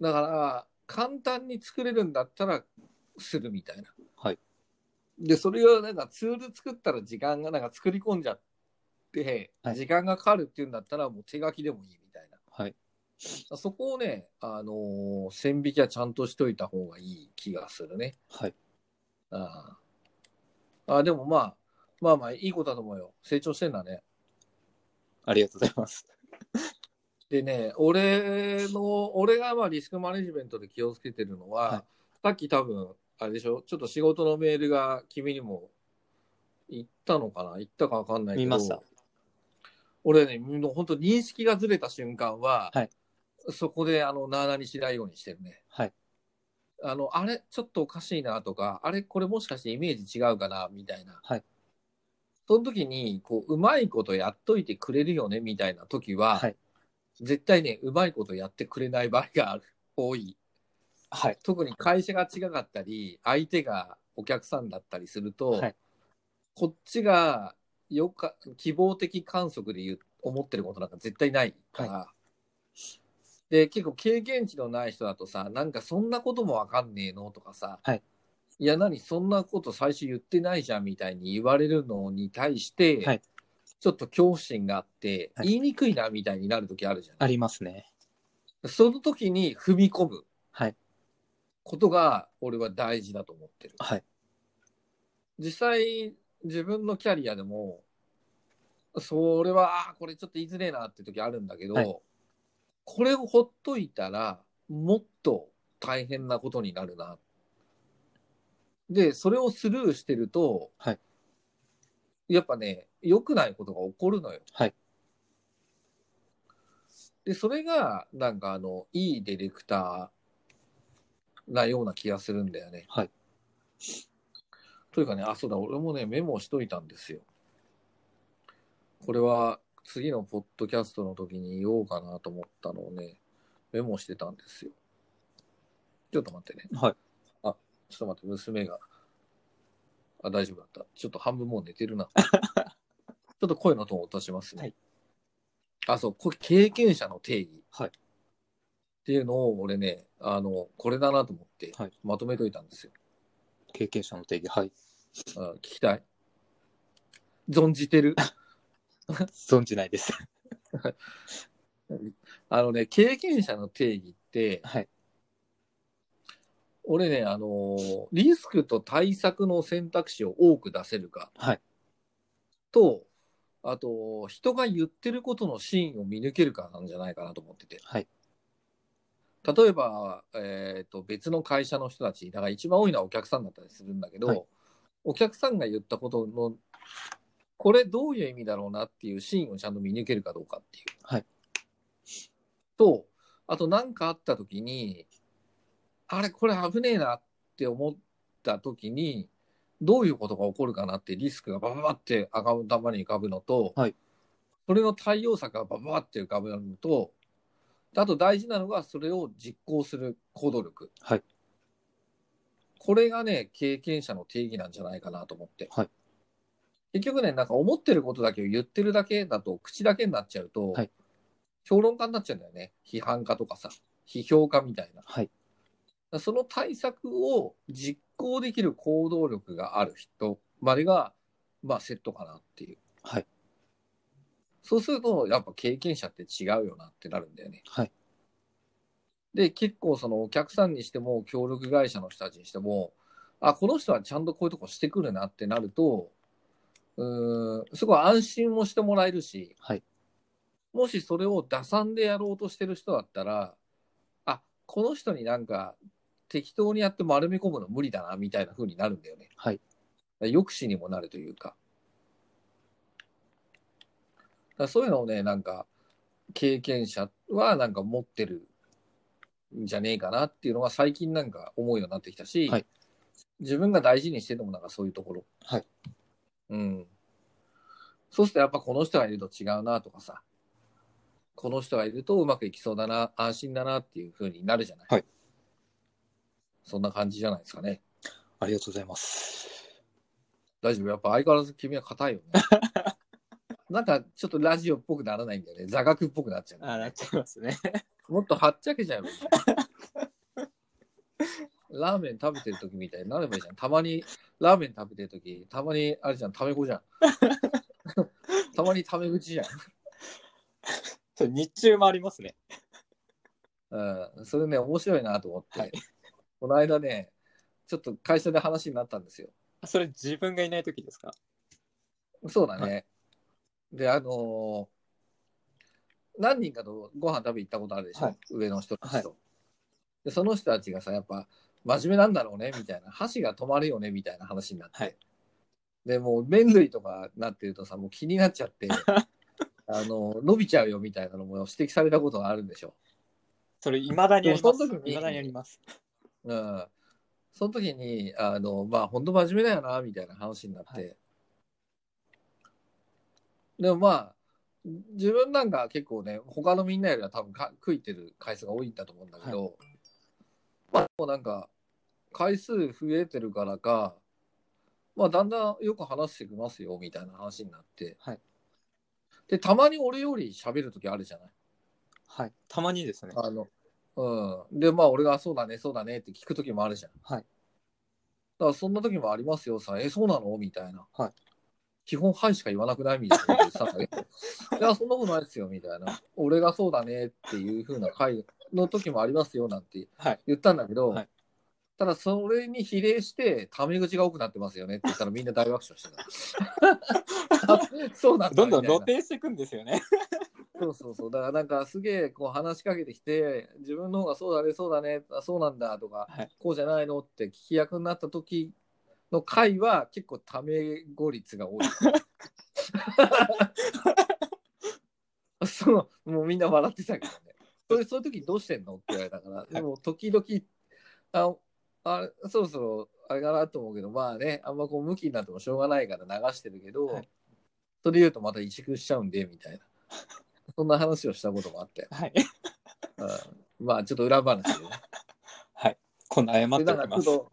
Speaker 4: だから、簡単に作れるんだったら、するみたいな。
Speaker 3: はい。
Speaker 4: で、それをなんかツール作ったら時間がなんか作り込んじゃって、
Speaker 3: はい
Speaker 4: 時間がかかるっていうんだったらもう手書きでもいいみたいな。
Speaker 3: はい。
Speaker 4: そこをね、あのー線引きはちゃんとしといた方がいい気がするね。
Speaker 3: はい。
Speaker 4: あーあー、でもまあ、まあまあいいことだと思うよ。成長してんだね。
Speaker 3: ありがとうございます。
Speaker 4: でね、俺の、俺がまあリスクマネジメントで気をつけてるのは、
Speaker 3: はい
Speaker 4: さっき多分、あれでしょ、ちょっと仕事のメールが君にも行ったのかな行ったかわかんないけど、
Speaker 3: 見ました。
Speaker 4: 俺ね、もう本当認識がずれた瞬間は、
Speaker 3: はい
Speaker 4: そこであの、なあなあにしないようにしてるね。
Speaker 3: はい。
Speaker 4: あの、あれ、ちょっとおかしいなとか、あれ、これもしかしてイメージ違うかなみたいな。
Speaker 3: はい。
Speaker 4: その時に、こう、うまいことやっといてくれるよねみたいな時は、
Speaker 3: はい
Speaker 4: 絶対ね、うまいことやってくれない場合がある多い。
Speaker 3: はい。
Speaker 4: 特に会社が違かったり、相手がお客さんだったりすると、
Speaker 3: はい。
Speaker 4: こっちがよか希望的観測で言う思ってることなんか絶対ないから、で結構経験値のない人だとさなんかそんなこともわかんねえのとかさ、
Speaker 3: はい、
Speaker 4: や何そんなこと最初言ってないじゃんみたいに言われるのに対して、
Speaker 3: はい
Speaker 4: ちょっと恐怖心があって、
Speaker 3: はい
Speaker 4: 言いにくいなみたいになる時あるじゃん、
Speaker 3: ありますね。
Speaker 4: その時に踏み込む
Speaker 3: はい。
Speaker 4: ことが俺は大事だと思ってる。
Speaker 3: はい。
Speaker 4: 実際自分のキャリアでもそれはあーこれちょっと言いづれえなって時あるんだけど、
Speaker 3: はい
Speaker 4: これをほっといたらもっと大変なことになるな。でそれをスルーしてると、
Speaker 3: はい
Speaker 4: やっぱね良くないことが起こるのよ。
Speaker 3: はい
Speaker 4: でそれがなんかあのいいディレクターなような気がするんだよね。
Speaker 3: はい。
Speaker 4: というかね、あ、そうだ、俺もね、メモをしといたんですよ。これは、次のポッドキャストの時に言おうかなと思ったのをね、メモしてたんですよ。ちょっと待ってね。
Speaker 3: はい。
Speaker 4: あ、ちょっと待って、娘が。あ、大丈夫だった。ちょっと半分もう寝てる な。ちょっと声のトーン落としますね。
Speaker 3: はい
Speaker 4: あ、そう、これ経験者の定義。
Speaker 3: はい
Speaker 4: っていうのを俺ね、あの、これだなと思って
Speaker 3: はい、
Speaker 4: まとめといたんですよ。
Speaker 3: 経験者の定義、 はい。
Speaker 4: あ聞きたい存じてる。
Speaker 3: 存じないです。
Speaker 4: あのね、経験者の定義って、
Speaker 3: はい。
Speaker 4: 俺ね、あのーリスクと対策の選択肢を多く出せるか
Speaker 3: はい。
Speaker 4: と、あと、人が言ってることの真意を見抜けるかなんじゃないかなと思ってて。
Speaker 3: はい。
Speaker 4: 例えば、えっ、と、別の会社の人たち、だから一番多いのはお客さんだったりするんだけど、
Speaker 3: はい
Speaker 4: お客さんが言ったことの、これどういう意味だろうなっていうシーンをちゃんと見抜けるかどうかっていう。
Speaker 3: はい
Speaker 4: と、あと何かあった時に、あれ、これ危ねえなって思った時に、どういうことが起こるかなってリスクがバババって頭に浮かぶのと、
Speaker 3: はい
Speaker 4: それの対応策がバババって浮かぶのと、あと大事なのがそれを実行する行動力。
Speaker 3: はい
Speaker 4: これがね、経験者の定義なんじゃないかなと思って。
Speaker 3: はい
Speaker 4: 結局ね、なんか思ってることだけを言ってるだけだと、口だけになっちゃうと、
Speaker 3: はい
Speaker 4: 評論家になっちゃうんだよね。批判家とかさ、批評家みたいな。
Speaker 3: はい。
Speaker 4: だからその対策を実行できる行動力がある人までが、まあ、セットかなっていう。
Speaker 3: はい。
Speaker 4: そうすると、やっぱ経験者って違うよなってなるんだよね。
Speaker 3: はい。
Speaker 4: で、結構そのお客さんにしても、協力会社の人たちにしても、あ、この人はちゃんとこういうとこしてくるなってなると、うーん、すごい安心もしてもらえるし、
Speaker 3: はい
Speaker 4: もしそれを打算でやろうとしてる人だったら、あ、この人になんか適当にやって丸め込むの無理だな、みたいな風になるんだよね。
Speaker 3: はい。
Speaker 4: 抑止にもなるというか。だからそういうのをね、なんか、経験者はなんか持ってるんじゃねえかなっていうのは最近なんか思うようになってきたし、
Speaker 3: はい
Speaker 4: 自分が大事にしてるのもなんかそういうところ。
Speaker 3: はい。
Speaker 4: うん。そうするとやっぱこの人がいると違うなとかさ、この人がいるとうまくいきそうだな、安心だなっていう風になるじゃない。
Speaker 3: はい。
Speaker 4: そんな感じじゃないですかね。
Speaker 3: ありがとうございます。
Speaker 4: 大丈夫やっぱ相変わらず君は硬いよ ね。なんかちょっとラジオっぽくならないんだよね。座学っぽくなっちゃう、
Speaker 3: あ、なっちゃいますね。
Speaker 4: もっとはっちゃけちゃえばいい。ラーメン食べてる時みたいになればいいじゃん。たまにラーメン食べてる時、たまにあれじゃん、タメ語じゃん。たまにタメ口じゃん。
Speaker 3: そう日中もありますね。
Speaker 4: うん、それね、面白いなと思って、
Speaker 3: はい
Speaker 4: この間ね、ちょっと会社で話になったんですよ。
Speaker 3: それ自分がいない時ですか
Speaker 4: そうだね。で、あのー何人かとご飯食べ行ったことあるでしょ、
Speaker 3: はい
Speaker 4: 上の人たち
Speaker 3: はい
Speaker 4: と、で。その人たちがさ、やっぱ真面目なんだろうねみたいな、箸が止まるよねみたいな話になって、
Speaker 3: はい
Speaker 4: でもう麺類とかなってるとさ、もう気になっちゃ って、あの伸びちゃうよみたいなのも指摘されたことがあるんでしょ。
Speaker 3: それ、いまだにあります。
Speaker 4: でもその時に
Speaker 3: いまだにあります。
Speaker 4: うん、その時にあのまあ本当真面目だよなみたいな話になって、
Speaker 3: は
Speaker 4: でもまあ自分なんか結構ね他のみんなよりは多分か食いてる回数が多いんだと思うんだけど、まあもうなんか回数増えてるからかまあだんだんよく話してきますよみたいな話になって、
Speaker 3: はい
Speaker 4: でたまに俺より喋る時あるじゃない。
Speaker 3: はい。たまにですね。
Speaker 4: あの、うん。で、まあ、俺がそうだね、そうだねって聞くときもあるじゃん。
Speaker 3: はい。
Speaker 4: だから、そんなときもありますよ、さ、え、そうなのみたいな。
Speaker 3: はい。
Speaker 4: 基本、はいしか言わなくないみた いなこと言ってたんだけど、いや、そんなことないですよ、みたいな。俺がそうだねっていう風な回の時もありますよ、なんて
Speaker 3: はい。
Speaker 4: 言ったんだけど、
Speaker 3: はい
Speaker 4: ただ、それに比例して、タメ口が多くなってますよねって言ったら、みんな大爆笑してた。 あ そうなんだ
Speaker 3: どんどん
Speaker 4: みたい
Speaker 3: 露
Speaker 4: な
Speaker 3: 呈していくんですよね。
Speaker 4: そうそうそう。だからなんかすげえこう話しかけてきて、自分の方がそうだね、そうだね、あそうなんだとか、
Speaker 3: はい
Speaker 4: こうじゃないのって聞き役になった時の回は結構ため語率が多い。そう、もうみんな笑ってたけどね。それそういう時どうしてんのって言われたから、でも時々、ああそろそろあれかなと思うけど、まあね、あんまこう向きになってもしょうがないから流してるけど、
Speaker 3: はい
Speaker 4: それ言うとまた萎縮しちゃうんで、みたいな。そんな話をしたこともあったよ。
Speaker 3: はい。
Speaker 4: うんまあちょっと裏話でね。
Speaker 3: 今度謝っ
Speaker 4: で
Speaker 3: て
Speaker 4: だ
Speaker 3: お
Speaker 4: か
Speaker 3: き
Speaker 4: らちょっ
Speaker 3: ます。
Speaker 4: と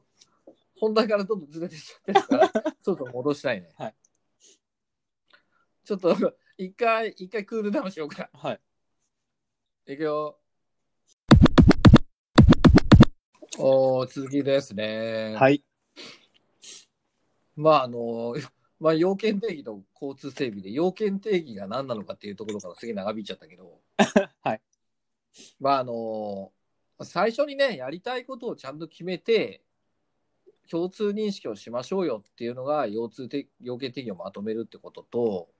Speaker 4: 本題からどんどんずれてきちゃってる からちょっと戻したいね。
Speaker 3: はい
Speaker 4: ちょっと一回一回クールダウンしようか。
Speaker 3: はい。
Speaker 4: いくよ。おー続きですね。
Speaker 3: はい。
Speaker 4: まああのまあ要件定義と交通整備で要件定義が何なのかっていうところからすげえ長引いちゃったけど。
Speaker 3: はい。
Speaker 4: まああの最初にねやりたいことをちゃんと決めて共通認識をしましょうよっていうのが腰痛て要件定義をまとめるってことと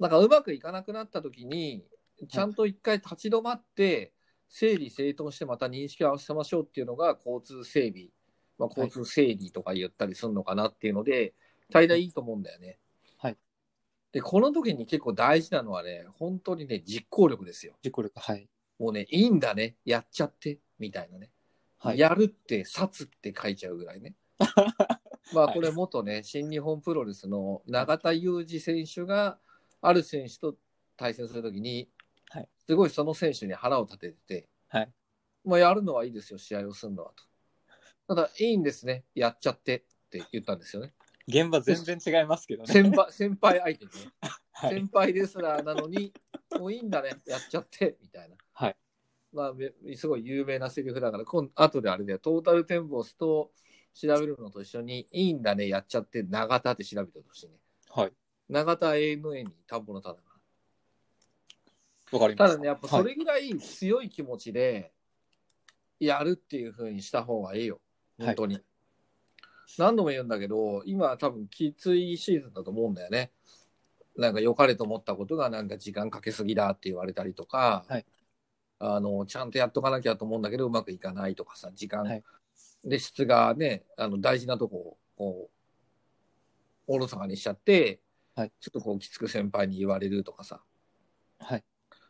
Speaker 4: なんかうまくいかなくなった時にちゃんと一回立ち止まって整理整頓してまた認識を合わせましょうっていうのが交通整備、まあ、
Speaker 3: はい
Speaker 4: 交通整理とか言ったりするのかなっていうので大体いいと思うんだよね。
Speaker 3: はい
Speaker 4: でこの時に結構大事なのはね本当にね実行力ですよ。
Speaker 3: 事故力、はい。
Speaker 4: もうね、いいんだね、やっちゃって、みたいなね。
Speaker 3: はい。
Speaker 4: やるって、殺って書いちゃうぐら いね。まあ、これ元ね、新日本プロレスの永田裕二選手が、ある選手と対戦するときに、
Speaker 3: はい
Speaker 4: すごいその選手に腹を立ててて、
Speaker 3: はい
Speaker 4: まあ、やるのはいいですよ、試合をするのはと。ただ、いいんですね、やっちゃってって言ったんですよ ね。
Speaker 3: 現場全然違いますけどね。
Speaker 4: 先輩先輩相手にね。
Speaker 3: はい。
Speaker 4: 先輩ですらなのに、もういいんだね、やっちゃって、みたいな。
Speaker 3: はい。
Speaker 4: まあ、めすごい有名なセリフだから、今後であれだよ、トータルテンボスと調べるのと一緒に、いいんだね、やっちゃって、永田って調べてほしいね。
Speaker 3: はい。
Speaker 4: 永田 ANA に田んぼの田だか
Speaker 3: わかり
Speaker 4: ら。た
Speaker 3: ました。
Speaker 4: だね、やっぱそ
Speaker 3: はい、
Speaker 4: れぐらい強い気持ちで、やるっていう風にした方がいいよ。本当に。何度も言うんだけど、今は多分きついシーズンだと思うんだよね。なんか良かれと思ったことがなんか時間かけすぎだって言われたりとか、
Speaker 3: はい
Speaker 4: あのちゃんとやっとかなきゃと思うんだけどうまくいかないとかさ、時間、
Speaker 3: はい
Speaker 4: で質がね、あの大事なとこをこう、おろそかにしちゃって、
Speaker 3: はい
Speaker 4: ちょっとこうきつく先輩に言われるとかさ、
Speaker 3: はい。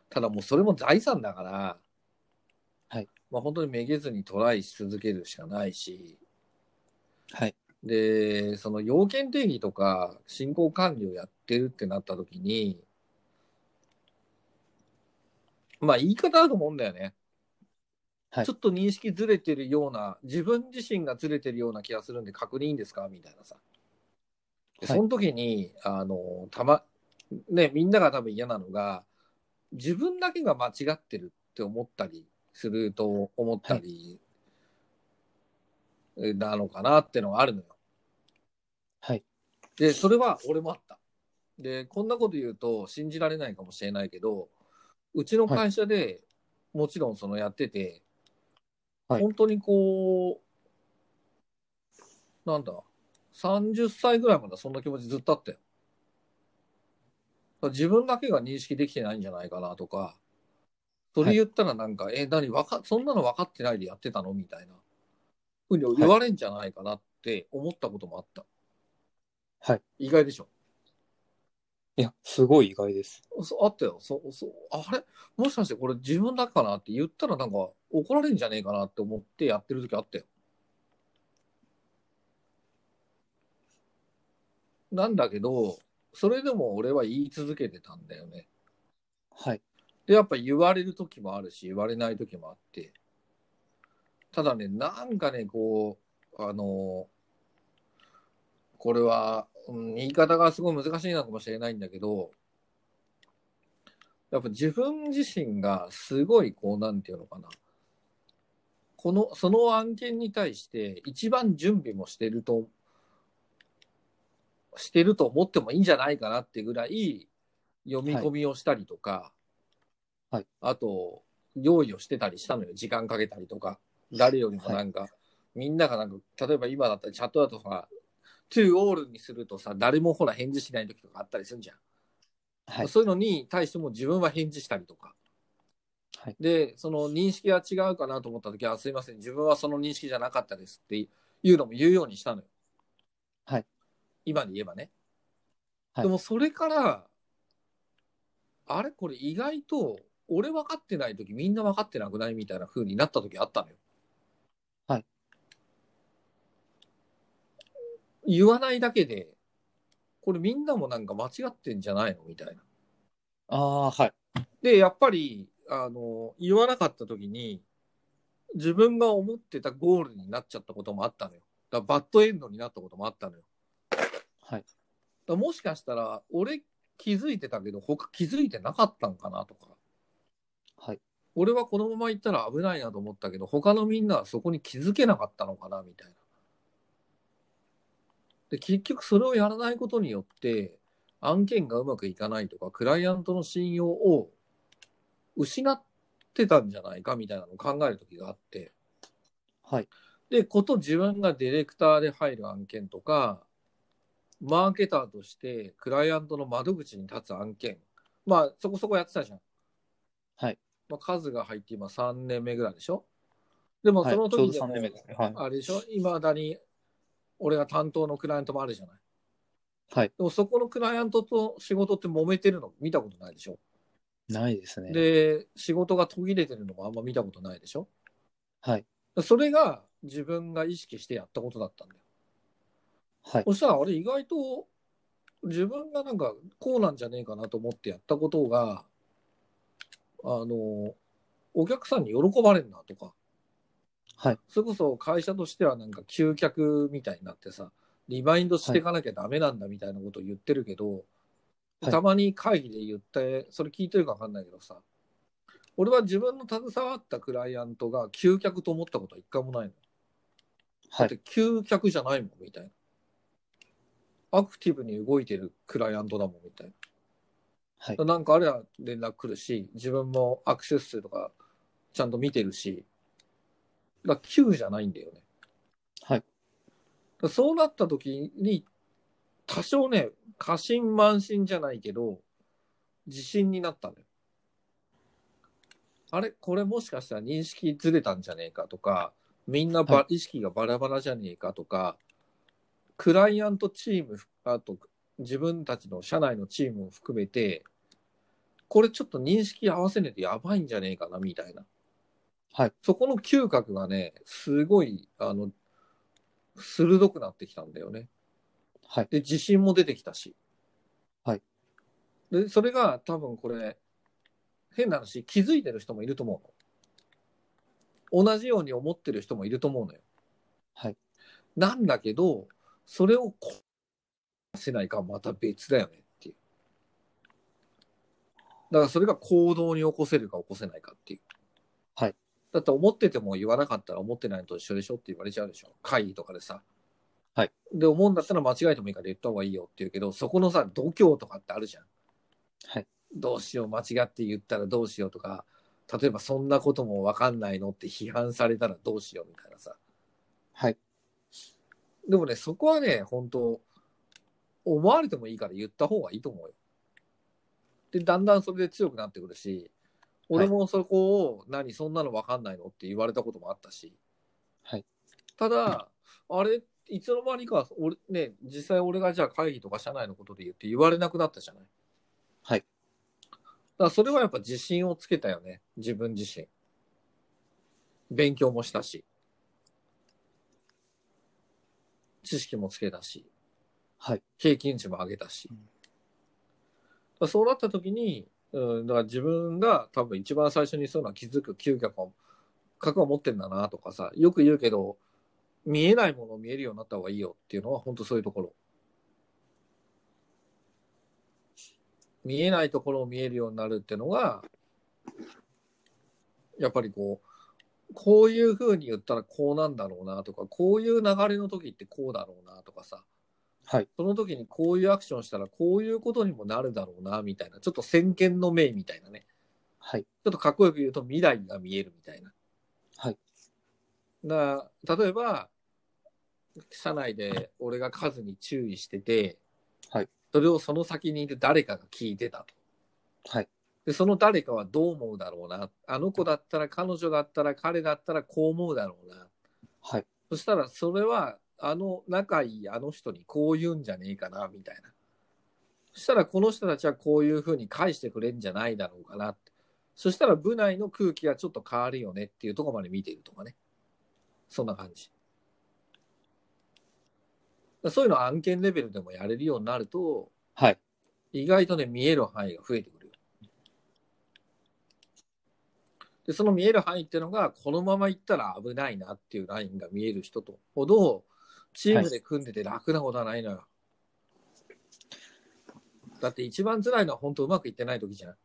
Speaker 4: ただもうそれも財産だから、
Speaker 3: はい
Speaker 4: まあ、本当にめげずにトライし続けるしかないし、
Speaker 3: はい。
Speaker 4: で、その要件定義とか進行管理をやってるってなった時に、まあ言い方だと思うんだよね。
Speaker 3: はい
Speaker 4: ちょっと認識ずれてるような、自分自身がずれてるような気がするんで確認いいんですかみたいなさ。で
Speaker 3: は
Speaker 4: そ
Speaker 3: い
Speaker 4: の時に、あの、たま、ね、みんなが多分嫌なのが、自分だけが間違ってるって思ったりすると思ったり、なのかなってのがあるのよ。
Speaker 3: はい。
Speaker 4: で、それは俺もあった。で、こんなこと言うと信じられないかもしれないけど、うちの会社で、もちろんそのやってて、
Speaker 3: はい
Speaker 4: 本当にこう、なんだ、30歳ぐらいまでそんな気持ちずっとあったよ。だから自分だけが認識できてないんじゃないかなとか、それ言ったらなんか、え、何わか、そんなの分かってないでやってたのみたいな、ふうに言われんじゃないかなって思ったこともあった。
Speaker 3: はい。
Speaker 4: 意外でしょ
Speaker 3: いや、すごい意外です。
Speaker 4: そあったよ。そそあれもしかしてこれ自分だけかなって言ったらなんか怒られるんじゃねえかなって思ってやってる時あったよ。なんだけど、それでも俺は言い続けてたんだよね。
Speaker 3: はい。
Speaker 4: で、やっぱ言われる時もあるし、言われない時もあって。ただね、なんかね、こう、あの、これは、うん、言い方がすごい難しいのかもしれないんだけど、やっぱ自分自身がすごい、こう、なんていうのかな。この、その案件に対して、一番準備もしてると、してると思ってもいいんじゃないかなってぐらい、読み込みをしたりとか、あと、用意をしてたりしたのよ。時間かけたりとか。誰よりもなんか、みんながなんか、例えば今だったらチャットだとさ、to all にするとさ、誰もほら返事しない時とかあったりするじゃん。
Speaker 3: はい。
Speaker 4: そういうのに対しても自分は返事したりとか。
Speaker 3: はい
Speaker 4: で、その認識が違うかなと思った時は、すいません、自分はその認識じゃなかったですっていうのも言うようにしたのよ。
Speaker 3: はい。
Speaker 4: 今で言えばね。
Speaker 3: はい
Speaker 4: でもそれから、あれこれ意外と、俺分かってない時みんな分かってなくないみたいな風になった時あったのよ。
Speaker 3: はい。
Speaker 4: 言わないだけで、これみんなもなんか間違ってんじゃないのみたいな。
Speaker 3: ああー、はい。
Speaker 4: で、やっぱり、あの言わなかった時に自分が思ってたゴールになっちゃったこともあったのよだからバッドエンドになったこともあったのよ
Speaker 3: は
Speaker 4: だか
Speaker 3: い。
Speaker 4: らもしかしたら俺気づいてたけど他気づいてなかったんかなとか
Speaker 3: はい。
Speaker 4: 俺はこのまま行ったら危ないなと思ったけど他のみんなはそこに気づけなかったのかなみたいな。で結局それをやらないことによって案件がうまくいかないとかクライアントの信用を失ってたんじゃないかみたいなのを考える時があって。
Speaker 3: はい。
Speaker 4: で、こと自分がディレクターで入る案件とか、マーケターとしてクライアントの窓口に立つ案件。まあ、そこそこやってたじゃん。
Speaker 3: はい。
Speaker 4: まあ、数が入って今3年目ぐらいでしょでも、
Speaker 3: はい
Speaker 4: その時
Speaker 3: ち
Speaker 4: で
Speaker 3: ょうど
Speaker 4: も、
Speaker 3: 3年目ですね。はい。
Speaker 4: あれでしょいまだに、俺が担当のクライアントもあるじゃない。
Speaker 3: はい。
Speaker 4: でも、そこのクライアントと仕事って揉めてるの見たことないでしょ
Speaker 3: ないですね。
Speaker 4: で、仕事が途切れてるのもあんま見たことないでしょ
Speaker 3: はい。
Speaker 4: それが自分が意識してやったことだったんだよ。
Speaker 3: はい。
Speaker 4: そしたら、あれ意外と自分がなんかこうなんじゃねえかなと思ってやったことが、あの、お客さんに喜ばれるなとか、
Speaker 3: はい。
Speaker 4: それこそ会社としてはなんか集客みたいになってさ、リマインドしていかなきゃダメなんだみたいなことを言ってるけど、
Speaker 3: はい
Speaker 4: たまに会議で言って、それ聞いてるかわかんないけどさ、俺は自分の携わったクライアントが集客と思ったことは一回もないの。だ
Speaker 3: は
Speaker 4: っ
Speaker 3: い。
Speaker 4: て究極じゃないもんみたいな。アクティブに動いてるクライアントだもんみたい
Speaker 3: はい
Speaker 4: な。。なんかあれは連絡来るし、自分もアクセス数とかちゃんと見てるし、だから Q じゃないんだよね。
Speaker 3: はい。
Speaker 4: だからそうなった時に、多少ね、過信慢心じゃないけど、自信になったのよ。あれこれもしかしたら認識ずれたんじゃねえかとか、みんなば、
Speaker 3: は
Speaker 4: 意識がバラバラじゃねえかとか、クライアントチーム、あと自分たちの社内のチームを含めて、これちょっと認識合わせねえとやばいんじゃねえかなみたいな。
Speaker 3: はい。
Speaker 4: そこの嗅覚がね、すごい、あの、鋭くなってきたんだよね。
Speaker 3: はい。
Speaker 4: で、自信も出てきたし。
Speaker 3: はい。
Speaker 4: で、それが多分これ、変な話、気づいてる人もいると思うの。同じように思ってる人もいると思うのよ。
Speaker 3: はい。
Speaker 4: なんだけど、それをこせないかはまた別だよねっていう。だからそれが行動に起こせるか起こせないかっていう。
Speaker 3: はい。
Speaker 4: だって思ってても言わなかったら思ってないのと一緒でしょって言われちゃうでしょ。会議とかでさ。
Speaker 3: はい。
Speaker 4: で、思うんだったら間違えてもいいから言った方がいいよって言うけど、そこのさ、度胸とかってあるじゃん。
Speaker 3: はい。
Speaker 4: どうしよう、間違って言ったらどうしようとか、例えばそんなこともわかんないのって批判されたらどうしようみたいなさ。
Speaker 3: はい。
Speaker 4: でもね、そこはね、本当思われてもいいから言った方がいいと思うよ。で、だんだんそれで強くなってくるし、俺もそこを、何、そんなのわかんないのって言われたこともあったし。
Speaker 3: はい。
Speaker 4: ただ、あれ、いつの間にか、俺、ね、実際俺がじゃあ会議とか社内のことで言って言われなくなったじゃない。
Speaker 3: はい。
Speaker 4: だからそれはやっぱ自信をつけたよね。自分自身。勉強もしたし。知識もつけたし。
Speaker 3: はい。
Speaker 4: 経験値も上げたし。
Speaker 3: う
Speaker 4: だ
Speaker 3: ん
Speaker 4: からそうなった時に、うん、だから自分が多分一番最初にそういうのは気づく嗅覚を、覚悟を持ってんだなとかさ、よく言うけど、見えないものを見えるようになった方がいいよっていうのは本当そういうところ。見えないところを見えるようになるっていうのが、やっぱりこう、こういう風に言ったらこうなんだろうなとか、こういう流れの時ってこうだろうなとかさ、
Speaker 3: はい。
Speaker 4: その時にこういうアクションしたらこういうことにもなるだろうな、みたいな。ちょっと先見の明みたいなね。
Speaker 3: はい。
Speaker 4: ちょっとかっこよく言うと未来が見えるみたいな。
Speaker 3: はい。
Speaker 4: だ例えば、社内で俺が数に注意してて、
Speaker 3: はい。
Speaker 4: それをその先にいる誰かが聞いてたと。
Speaker 3: はい。
Speaker 4: で、その誰かはどう思うだろうな。あの子だったら、彼女だったら、彼だったらこう思うだろうな。
Speaker 3: はい。
Speaker 4: そしたら、それは、あの、仲いいあの人にこう言うんじゃねえかな、みたいな。そしたら、この人たちはこういうふうに返してくれんじゃないだろうかなって。そしたら、部内の空気がちょっと変わるよねっていうところまで見てるとかね。そんな感じ。そういうの案件レベルでもやれるようになると、
Speaker 3: はい。
Speaker 4: 意外とね、見える範囲が増えてくるよ。で、その見える範囲っていうのが、このまま行ったら危ないなっていうラインが見える人とほど、チームで組んでて楽なことはないのよ。だって一番辛いのは本当うまくいってない時じゃん。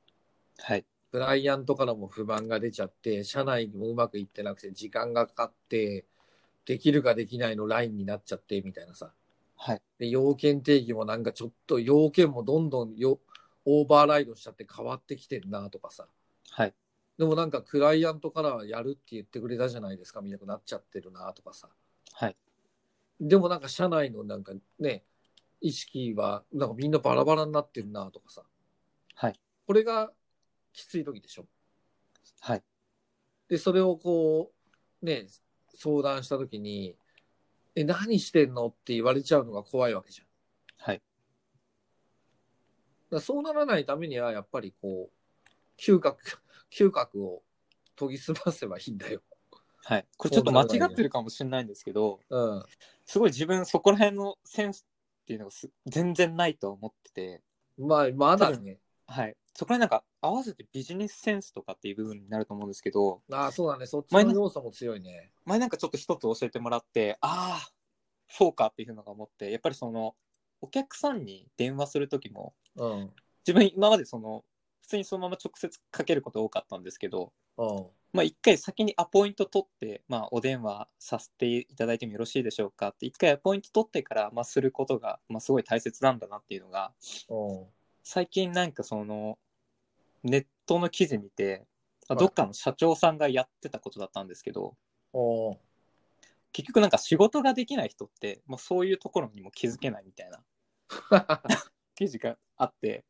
Speaker 3: はい。
Speaker 4: クライアントからも不満が出ちゃって、社内もうまくいってなくて、時間がかかって、できるかできないのラインになっちゃって、みたいなさ。
Speaker 3: はい。
Speaker 4: で、要件定義もなんかちょっと要件もどんどんよオーバーライドしちゃって変わってきてるなとかさ。
Speaker 3: はい。
Speaker 4: でもなんかクライアントからはやるって言ってくれたじゃないですか、みたいになっちゃってるなとかさ。
Speaker 3: はい。
Speaker 4: でもなんか社内のなんかね、意識はなんかみんなバラバラになってるなとかさ。
Speaker 3: はい。
Speaker 4: これがきつい時でしょ。
Speaker 3: はい。
Speaker 4: で、それをこう、ね、相談した時に、え、何してんのって言われちゃうのが怖いわけじゃん。
Speaker 3: はい。
Speaker 4: だからそうならないためには、やっぱりこう、嗅覚、 嗅覚を研ぎ澄ませばいいんだよ。
Speaker 3: はい。これちょっと間違ってるかもしれないんですけど、
Speaker 4: うん。
Speaker 3: すごい自分そこら辺のセンスっていうのがす全然ないと思ってて、
Speaker 4: まあ、まだね。
Speaker 3: はい。そこら辺なんか合わせてビジネスセンスとかっていう部分になると思うんですけど、
Speaker 4: ああ、そうだね。そっち
Speaker 3: マイ
Speaker 4: の
Speaker 3: ナス
Speaker 4: 要素も強いね。
Speaker 3: 前なんかちょっと一つ教えてもらって、ああ、そうかっていうのが思って、やっぱりその、お客さんに電話するときも、
Speaker 4: うん。うん。
Speaker 3: 自分今までその、普通にそのまま直接かけること多かったんですけど、
Speaker 4: そ
Speaker 3: まあ、一回先にアポイント取って、まあ、お電話させていただいてもよろしいでしょうかって、一回アポイント取ってから、まあ、することが、まあ、すごい大切なんだなっていうのが、
Speaker 4: うん。
Speaker 3: 最近なんかその、ネットの記事見て、まあ
Speaker 4: はい
Speaker 3: どっかの社長さんがやってたことだったんですけど、
Speaker 4: お
Speaker 3: 結局なんか仕事ができない人って、まあ、そういうところにも気づけないみたいな記事があって、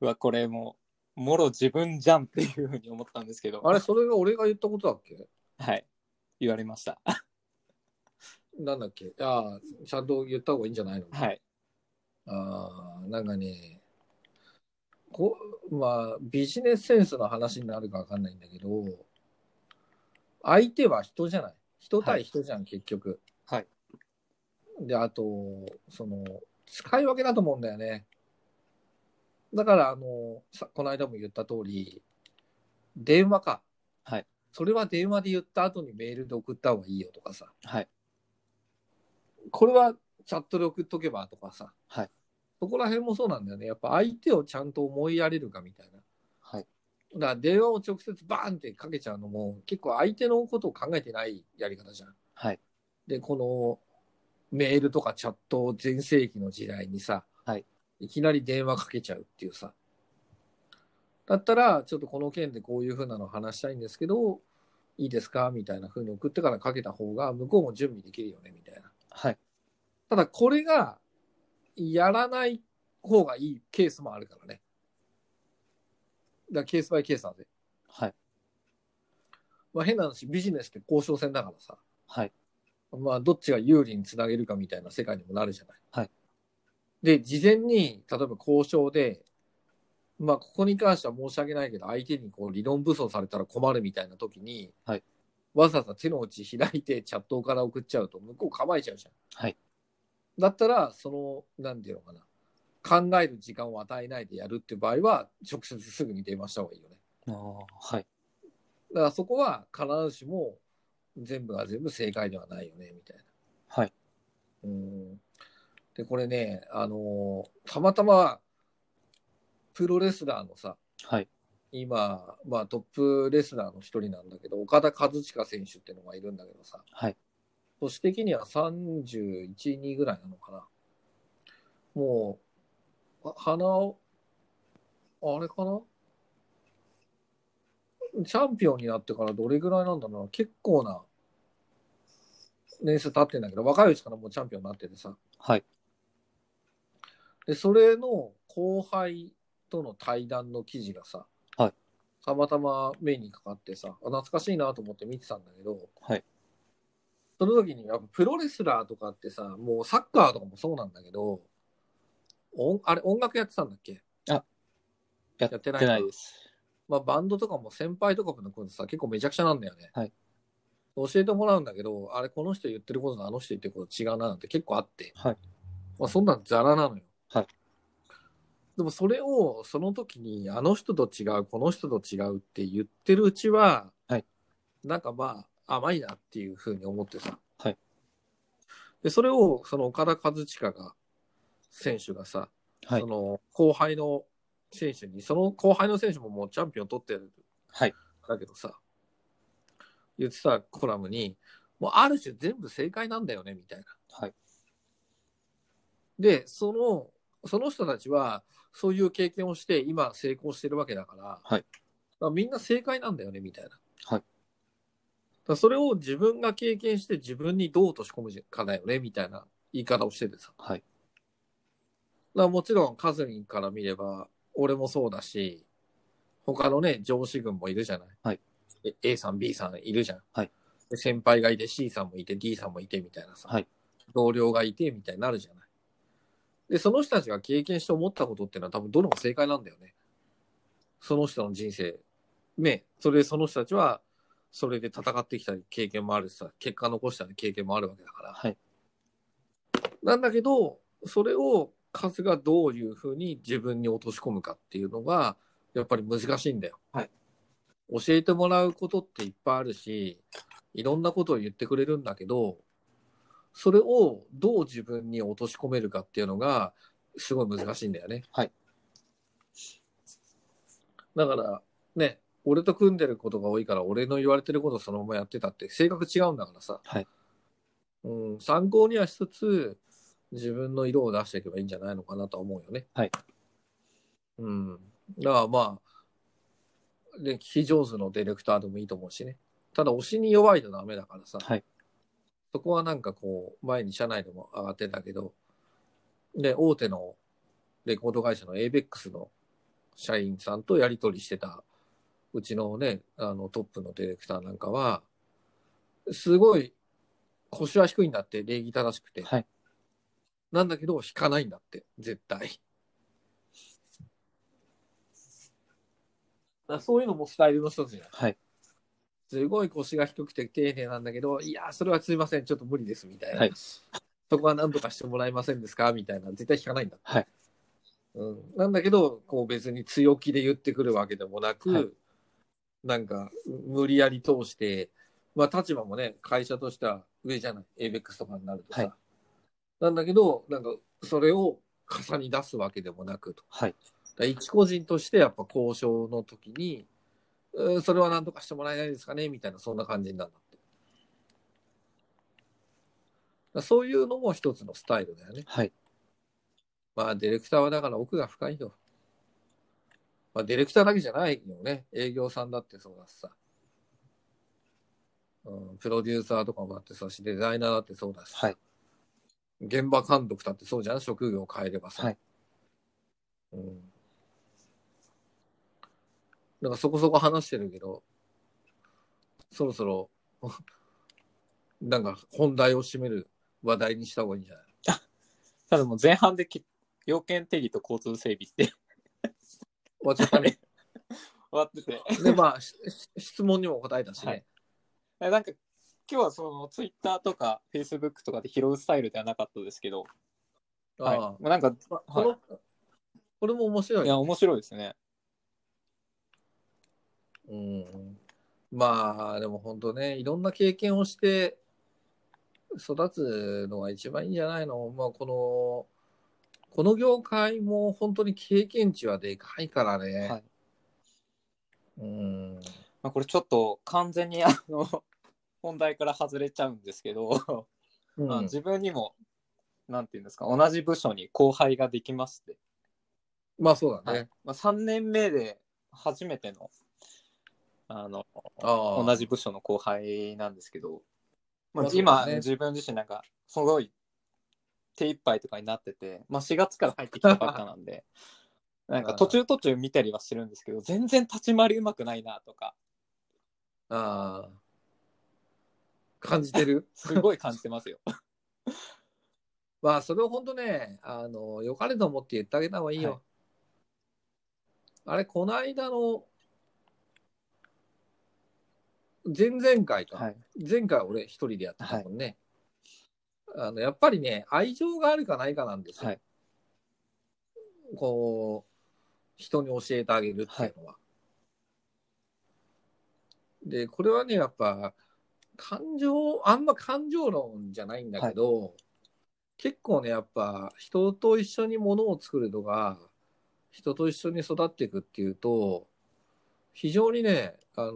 Speaker 3: うわ、これもう、もろ自分じゃんっていうふうに思ったんですけ ど、
Speaker 4: あれ、それが俺が言ったことだっけ
Speaker 3: はい、言われました。
Speaker 4: なんだっけああ、ちゃんと言った方がいいんじゃないの
Speaker 3: はい、
Speaker 4: ああ、なんかね、こまあ、ビジネスセンスの話になるかわかんないんだけど、相手は人じゃない。人対人じゃん、結局。
Speaker 3: はい。
Speaker 4: で、あと、その、使い分けだと思うんだよね。だから、あの、さこの間も言った通り、電話か。
Speaker 3: はい。
Speaker 4: それは電話で言った後にメールで送った方がいいよとかさ。
Speaker 3: はい、
Speaker 4: これはチャットで送っとけばとかさ、
Speaker 3: はい
Speaker 4: そこら辺もそうなんだよねやっぱ相手をちゃんと思いやれるかみたいな
Speaker 3: はい、
Speaker 4: だから電話を直接バーンってかけちゃうのも結構相手のことを考えてないやり方じゃん
Speaker 3: はい、
Speaker 4: でこのメールとかチャット全盛期の時代にさ、
Speaker 3: はい、
Speaker 4: きなり電話かけちゃうっていうさだったらちょっとこの件でこういうふうなの話したいんですけどいいですかみたいなふうに送ってからかけた方が向こうも準備できるよねみたいな
Speaker 3: はい。
Speaker 4: ただこれがやらない方がいいケースもあるからね。だからケースバイケースなんで。
Speaker 3: はい。
Speaker 4: まあ変な話、ビジネスって交渉戦だからさ。
Speaker 3: はい。
Speaker 4: まあどっちが有利につなげるかみたいな世界にもなるじゃない。
Speaker 3: はい。
Speaker 4: で、事前に、例えば交渉で、まあここに関しては申し訳ないけど、相手にこう理論武装されたら困るみたいな時に、
Speaker 3: はい。
Speaker 4: わざわざ手の内開いてチャットから送っちゃうと向こう構えちゃうじゃん。
Speaker 3: はい。
Speaker 4: だったら、その、なんていうのかな。考える時間を与えないでやるっていう場合は、直接すぐに電話した方がいいよね。
Speaker 3: ああ、はい。
Speaker 4: だからそこは必ずしも全部が全部正解ではないよね、みたいな。
Speaker 3: はい。
Speaker 4: うん。で、これね、あのーたまたま、プロレスラーのさ、
Speaker 3: はい。
Speaker 4: 今、まあトップレスラーの一人なんだけど、岡田和親選手っていうのがいるんだけどさ、
Speaker 3: はい。
Speaker 4: 年的には31、2ぐらいなのかな。もう、あ鼻を、あれかなチャンピオンになってからどれぐらいなんだろうな。結構な年数経ってんだけど、若いうちからもうチャンピオンになっててさ。
Speaker 3: はい。
Speaker 4: で、それの後輩との対談の記事がさ、
Speaker 3: はい
Speaker 4: たまたま目にかかってさ、あ懐かしいなと思って見てたんだけど、
Speaker 3: はい
Speaker 4: その時にやっぱプロレスラーとかってさ、もうサッカーとかもそうなんだけど、音あれ音楽やってたんだっけ
Speaker 3: や
Speaker 4: っ
Speaker 3: ってて
Speaker 4: ない
Speaker 3: ないです。
Speaker 4: まあ、バンドとかも先輩とかのことさ、結構めちゃくちゃなんだよね。
Speaker 3: はい
Speaker 4: 教えてもらうんだけど、あれ、この人言ってることとあの人言ってること違うななんて結構あって。
Speaker 3: はい
Speaker 4: まあ、そんなんザラなのよ。
Speaker 3: はい
Speaker 4: でもそれを、その時に、あの人と違う、この人と違うって言ってるうちは、
Speaker 3: はい
Speaker 4: なんかまあ甘いなっていうふうに思ってさ、
Speaker 3: はい
Speaker 4: でそれをその岡田和親が選手がさ、
Speaker 3: はい
Speaker 4: そ。の後輩の選手にその後輩の選手ももうチャンピオン取ってる
Speaker 3: はい。
Speaker 4: だけどさ言ってたコラムにもうある種全部正解なんだよねみたいな。
Speaker 3: はい。
Speaker 4: でそのその人たちはそういう経験をして今成功してるわけだから,、
Speaker 3: はい
Speaker 4: みんな正解なんだよねみたいな、
Speaker 3: は
Speaker 4: だ
Speaker 3: い
Speaker 4: からそれを自分が経験して自分にどう落とし込むかだよねみたいな言い方をしててさだか
Speaker 3: はい。
Speaker 4: らもちろんカズリンから見れば俺もそうだし他のね上司軍もいるじゃない、
Speaker 3: はい
Speaker 4: で A さん B さんいるじゃん、
Speaker 3: はい
Speaker 4: で先輩がいて C さんもいて D さんもいてみたいなさ、
Speaker 3: はい
Speaker 4: 同僚がいてみたいになるじゃない。で、その人たちが経験して思ったことっていうのは多分どれも正解なんだよね。その人の人生。ね、それでその人たちは、それで戦ってきた経験もあるしさ、結果残した経験もあるわけだから。
Speaker 3: はい。
Speaker 4: なんだけど、それをカズがどういうふうに自分に落とし込むかっていうのが、やっぱり難しいんだよ。
Speaker 3: はい。
Speaker 4: 教えてもらうことっていっぱいあるし、いろんなことを言ってくれるんだけど、それをどう自分に落とし込めるかっていうのが、すごい難しいんだよね。
Speaker 3: はい。
Speaker 4: だから、ね、俺と組んでることが多いから、俺の言われてることをそのままやってたって、性格違うんだからさ。
Speaker 3: はい。
Speaker 4: うん、参考にはしつつ、自分の色を出していけばいいんじゃないのかなとは思うよね。
Speaker 3: はい。
Speaker 4: うん。だからまあ、ね、聞き上手のディレクターでもいいと思うしね。ただ、推しに弱いとダメだからさ。
Speaker 3: はい。
Speaker 4: そこはなんかこう、前に社内でも上がってたけど、で、大手のレコード会社の ABEX の社員さんとやり取りしてた、うちのね、あのトップのディレクターなんかは、すごい腰は低いんだって、礼儀正しくて。
Speaker 3: はい。
Speaker 4: なんだけど、引かないんだって、絶対。だからそういうのもスタイルの一つじゃん。
Speaker 3: はい。
Speaker 4: すごい腰が低くて丁寧なんだけど、いやー、それはすいません、ちょっと無理ですみたいな。
Speaker 3: はい
Speaker 4: そこは何とかしてもらえませんですかみたいな、絶対聞かないんだ。
Speaker 3: はい
Speaker 4: うん、なんだけど、こう別に強気で言ってくるわけでもなく、
Speaker 3: はい
Speaker 4: なんか無理やり通して、まあ立場もね、会社としては上じゃない、ABEX とかになるとさ。
Speaker 3: はい
Speaker 4: なんだけど、なんかそれを傘に出すわけでもなくと。
Speaker 3: はい。
Speaker 4: だから一個人としてやっぱ交渉の時に、うんそれは何とかしてもらえないですかねみたいな、そんな感じになるんだって。だからそういうのも一つのスタイルだよね。
Speaker 3: はい。
Speaker 4: まあ、ディレクターはだから奥が深いよ。まあ、ディレクターだけじゃないよね。営業さんだってそうだしさ。うん、プロデューサーとかもだってそうだし、デザイナーだってそうだしさ。
Speaker 3: はい
Speaker 4: 現場監督だってそうじゃん職業を変えればさ。
Speaker 3: はい
Speaker 4: うん。なんかそこそこ話してるけど、そろそろ、 なんか本題を占める話題にした方がいいんじゃない
Speaker 3: ただもう前半でき要件定義と交通整備って終
Speaker 4: 終わっちゃったね。
Speaker 3: わって て。
Speaker 4: で、まあ、し し質問にも答えたしね。
Speaker 3: はいえなんか今日はそのツイッターとかフェイスブックとかで拾うスタイルではなかったですけど、はい、
Speaker 4: ああ
Speaker 3: まあなんか
Speaker 4: まあこのこれも面白い
Speaker 3: い
Speaker 4: ね。
Speaker 3: や面白いですね。
Speaker 4: うん、まあ、でも本当ね、いろんな経験をして育つのが一番いいんじゃないの、まあ、この、この業界も本当に経験値はでかいからね。
Speaker 3: はい
Speaker 4: うん。
Speaker 3: まあ、これちょっと完全にあの 本題から外れちゃうんですけど、
Speaker 4: うん
Speaker 3: まあ自分にもなんていうんですか同じ部署に後輩ができまして、
Speaker 4: まあそうだ
Speaker 3: は
Speaker 4: ね。
Speaker 3: いまあ、3年目で初めてのあの
Speaker 4: ああ
Speaker 3: 同じ部署の後輩なんですけど、ま
Speaker 4: ま
Speaker 3: あ
Speaker 4: あそう
Speaker 3: 今、
Speaker 4: だね
Speaker 3: 自分自身なんかすごい手一杯とかになってて、まあ、4月から入ってきたばっかなん でなんか途中途中見たりはしてるんですけど全然立ち回りうまくないなとか
Speaker 4: ああ感じてる
Speaker 3: すごい感じてますよ。
Speaker 4: まあ、それを本当ね、あの、良かれと思って言ってあげた方がいいよ。あれ、この間の、前々回か。
Speaker 3: はい、
Speaker 4: 前回俺一人でやってたもんね。あの、やっぱりね、愛情があるかないかなんですよ。
Speaker 3: はい
Speaker 4: こう、人に教えてあげるっていうのは。で、これはね、やっぱ、感情、あんま感情論じゃないんだけど、結構ね、やっぱ、人と一緒にものを作るとか、人と一緒に育っていくっていうと、非常にね、あの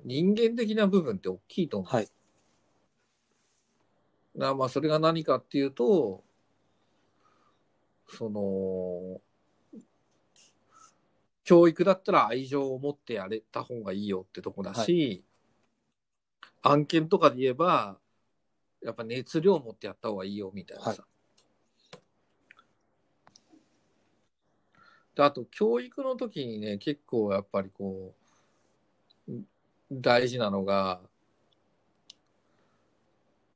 Speaker 4: ー人間的な部分って大きいと思う。
Speaker 3: はい。
Speaker 4: なまあ、それが何かっていうと、その、教育だったら愛情を持ってやれた方がいいよってとこだし、案件とかで言えば、やっぱ熱量を持ってやった方がいいよみたいなさ。
Speaker 3: はい
Speaker 4: であと、教育の時にね、結構やっぱりこう、ん大事なのが、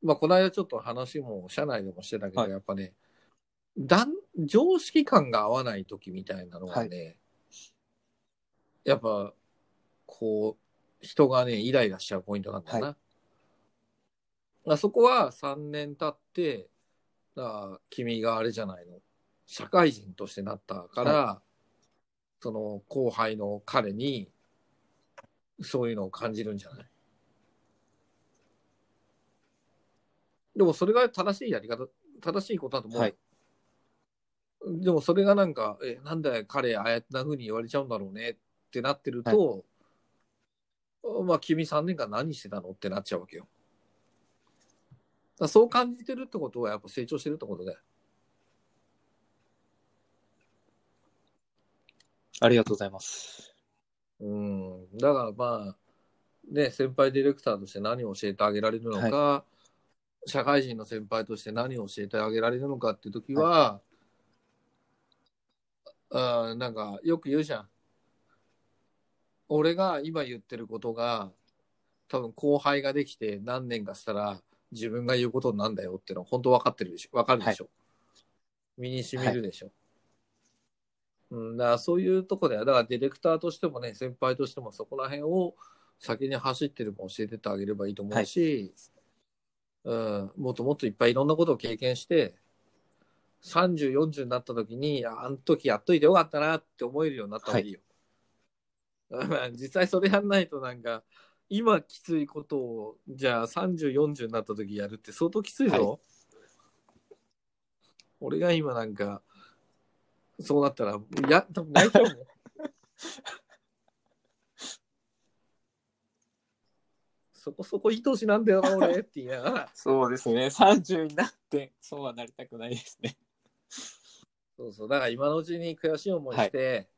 Speaker 4: まあ、この間ちょっと話も社内でもしてたけど、
Speaker 3: はい
Speaker 4: やっぱねだん常識感が合わない時みたいなのがね、やっぱこう人がねイライラしちゃうポイントなんだよな、
Speaker 3: は
Speaker 4: まあそこは3年経ってあ君があれじゃないの社会人としてなったから、その後輩の彼にそういうのを感じるんじゃないでもそれが正しいやり方、正しいことだと思う。
Speaker 3: はい
Speaker 4: でもそれがなんか、え、なんで彼ああやってな風に言われちゃうんだろうねってなってると、まあ君3年間何してたのってなっちゃうわけよ。だからそう感じてるってことはやっぱ成長してるってことだよ。
Speaker 3: ありがとうございます。
Speaker 4: うん、だからまあ、ね、先輩ディレクターとして何を教えてあげられるのか、社会人の先輩として何を教えてあげられるのかっていう時は、あーなんかよく言うじゃん。俺が今言ってることが、多分後輩ができて何年かしたら自分が言うことになんだよっての本当分かってるでしょ。分かるでしょ。身にしみるでしょ。うん、だからそういうとこだよ。だからディレクターとしてもね、先輩としてもそこら辺を先に走ってるも教えてってあげればいいと思うし、うん、もっともっといっぱいいろんなことを経験して、30、40になった時に、ああの時やっといてよかったなって思えるようになった方がいいよ。 うん実際それやんないとなんか、今きついことを、じゃあ30、40になった時やるって相当きついぞ。
Speaker 3: は
Speaker 4: 俺が今なんか、そうなったら、いや、多分泣いちゃうもん。そこそこいい年なんだよな、俺って言いながら。
Speaker 3: そうですね。30になって、そうはなりたくないですね。
Speaker 4: そうそう。だから今のうちに悔しい思いして、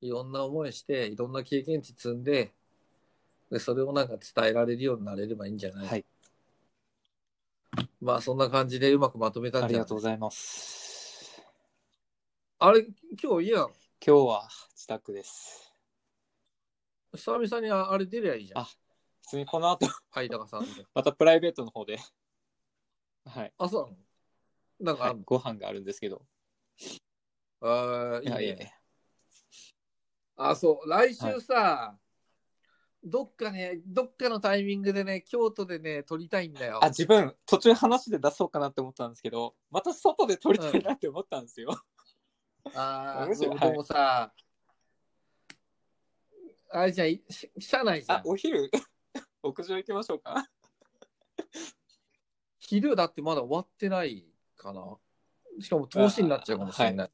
Speaker 4: い、ろんな思いして、いろんな経験値積んで、で、それをなんか伝えられるようになれればいいんじゃない、
Speaker 3: はい。
Speaker 4: まあそんな感じでうまくまとめた
Speaker 3: あ
Speaker 4: ん
Speaker 3: り
Speaker 4: じゃな
Speaker 3: が
Speaker 4: い
Speaker 3: とうございます。
Speaker 4: あれ、今日家なの
Speaker 3: 今日は自宅です。
Speaker 4: 久々にああれ出りゃいいじゃん。
Speaker 3: あ普通にこの後、
Speaker 4: はい、高さんで。
Speaker 3: またプライベートの方で、はい。
Speaker 4: あ、そうなのなんか
Speaker 3: は
Speaker 4: あ
Speaker 3: い
Speaker 4: んの、
Speaker 3: ご飯があるんですけど。
Speaker 4: あ
Speaker 3: いや
Speaker 4: ー
Speaker 3: い
Speaker 4: い
Speaker 3: や
Speaker 4: い
Speaker 3: い
Speaker 4: ね。
Speaker 3: や
Speaker 4: あ、そう。来週さ、どっかね、どっかのタイミングでね、京都でね、撮りたいんだよ。
Speaker 3: あ、自分、途中話で出そうかなって思ったんですけど、また外で撮りたいなって思ったんですよ。
Speaker 4: ああ、
Speaker 3: むし
Speaker 4: そ
Speaker 3: ろ
Speaker 4: う、でもさ、あれじゃん、し社内じゃ
Speaker 3: あ
Speaker 4: ん、。
Speaker 3: お昼、 屋上行きましょうか。
Speaker 4: 昼だってまだ終わってないかな。しかも投資になっちゃうかもしれない。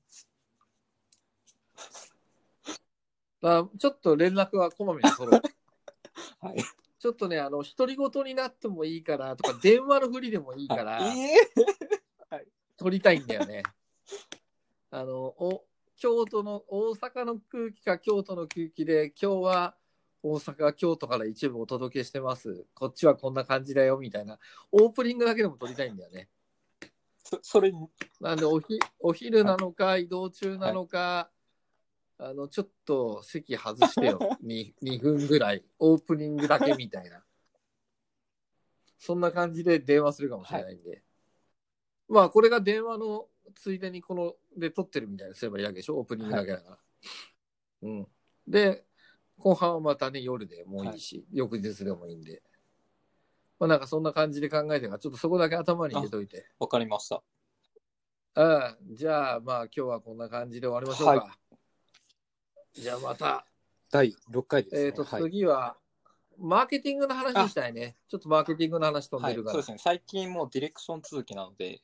Speaker 4: あちょっと連絡はこまめに取ろう。
Speaker 3: はい。
Speaker 4: ちょっとね、あの、独り言になってもいいからとか、電話のふりでもいいから、
Speaker 3: え
Speaker 4: 撮りたいんだよね。 あの、お、京都の、大阪の空気か京都の空気で、今日は大阪、京都から一部お届けしてます。こっちはこんな感じだよ、みたいな。オープニングだけでも撮りたいんだよね。
Speaker 3: そそれ、
Speaker 4: なんでおひ、お昼なのか、移動中なのか、あの、ちょっと席外してよ。2, 2分ぐらい。オープニングだけみたいな。そんな感じで電話するかもしれないんで。まあ、これが電話のついでにこの、で撮ってるみたいにすればいいわけでしょオープニングだけだから。うん。で、後半はまたね、夜でもいいし、翌日でもいいんで。まあ、なんかそんな感じで考えてるから、ちょっとそこだけ頭に入れといて。
Speaker 3: わかりました。
Speaker 4: うん、じゃあ、まあ、今日はこんな感じで終わりましょうか。じゃあ、また、
Speaker 3: 第6回です、ね。
Speaker 4: えっ、と、
Speaker 3: はい
Speaker 4: 次は、マーケティングの話したいね。ちょっとマーケティングの話飛ん
Speaker 3: はい、
Speaker 4: でる
Speaker 3: そう
Speaker 4: から。
Speaker 3: ですね。最近もうディレクション続きなので、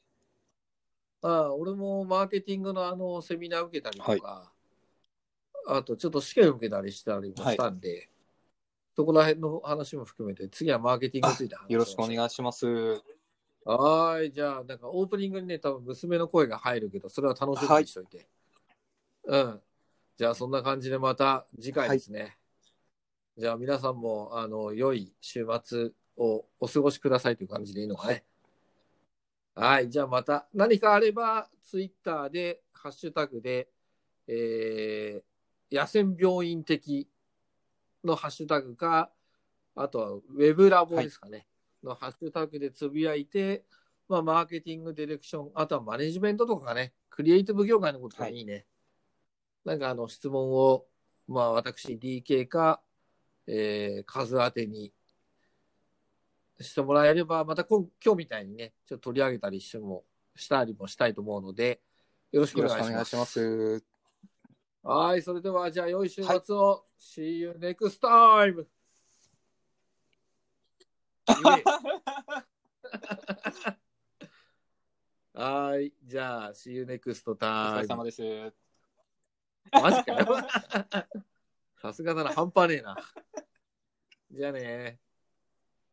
Speaker 4: ああ俺もマーケティングのあのセミナー受けたりとか、あとちょっと試験受けたりしたりもしたんで、そこら辺の話も含めて、次はマーケティングについて話
Speaker 3: よろしくお
Speaker 4: い
Speaker 3: 願いします。
Speaker 4: はーい、じゃあ、なんかオープニングにね、多分娘の声が入るけど、それは楽しみにしといて。うん。じゃあ、そんな感じでまた次回ですね。じゃあ、皆さんも、あの、良い週末をお過ごしくださいという感じでいいのかね。はい、じゃあまた、何かあれば、ツイッターで、ハッシュタグで、えー、野戦病院的のハッシュタグか、あとはウェブラボですかね、のハッシュタグでつぶやいて、まあ、マーケティング、ディレクション、あとはマネジメントとかがね、クリエイティブ業界のことがいいね。なんかあの質問を、まあ、私、DK か、えー、数当てにしてもらえれば、また今今日みたいにね、ちょっと取り上げたりしても、したりもしたいと思うので、よろしくお
Speaker 3: よろ
Speaker 4: 願
Speaker 3: し
Speaker 4: い
Speaker 3: くお
Speaker 4: し
Speaker 3: 願
Speaker 4: ま
Speaker 3: い
Speaker 4: す
Speaker 3: し。ます。
Speaker 4: はい、それでは、じゃあ、良い週
Speaker 3: はい
Speaker 4: 末を。See you next time! はい、じゃあ、See you next
Speaker 3: お疲れ様
Speaker 4: time!
Speaker 3: です。
Speaker 4: マジかよさすがだな、半端ねえな。じゃあね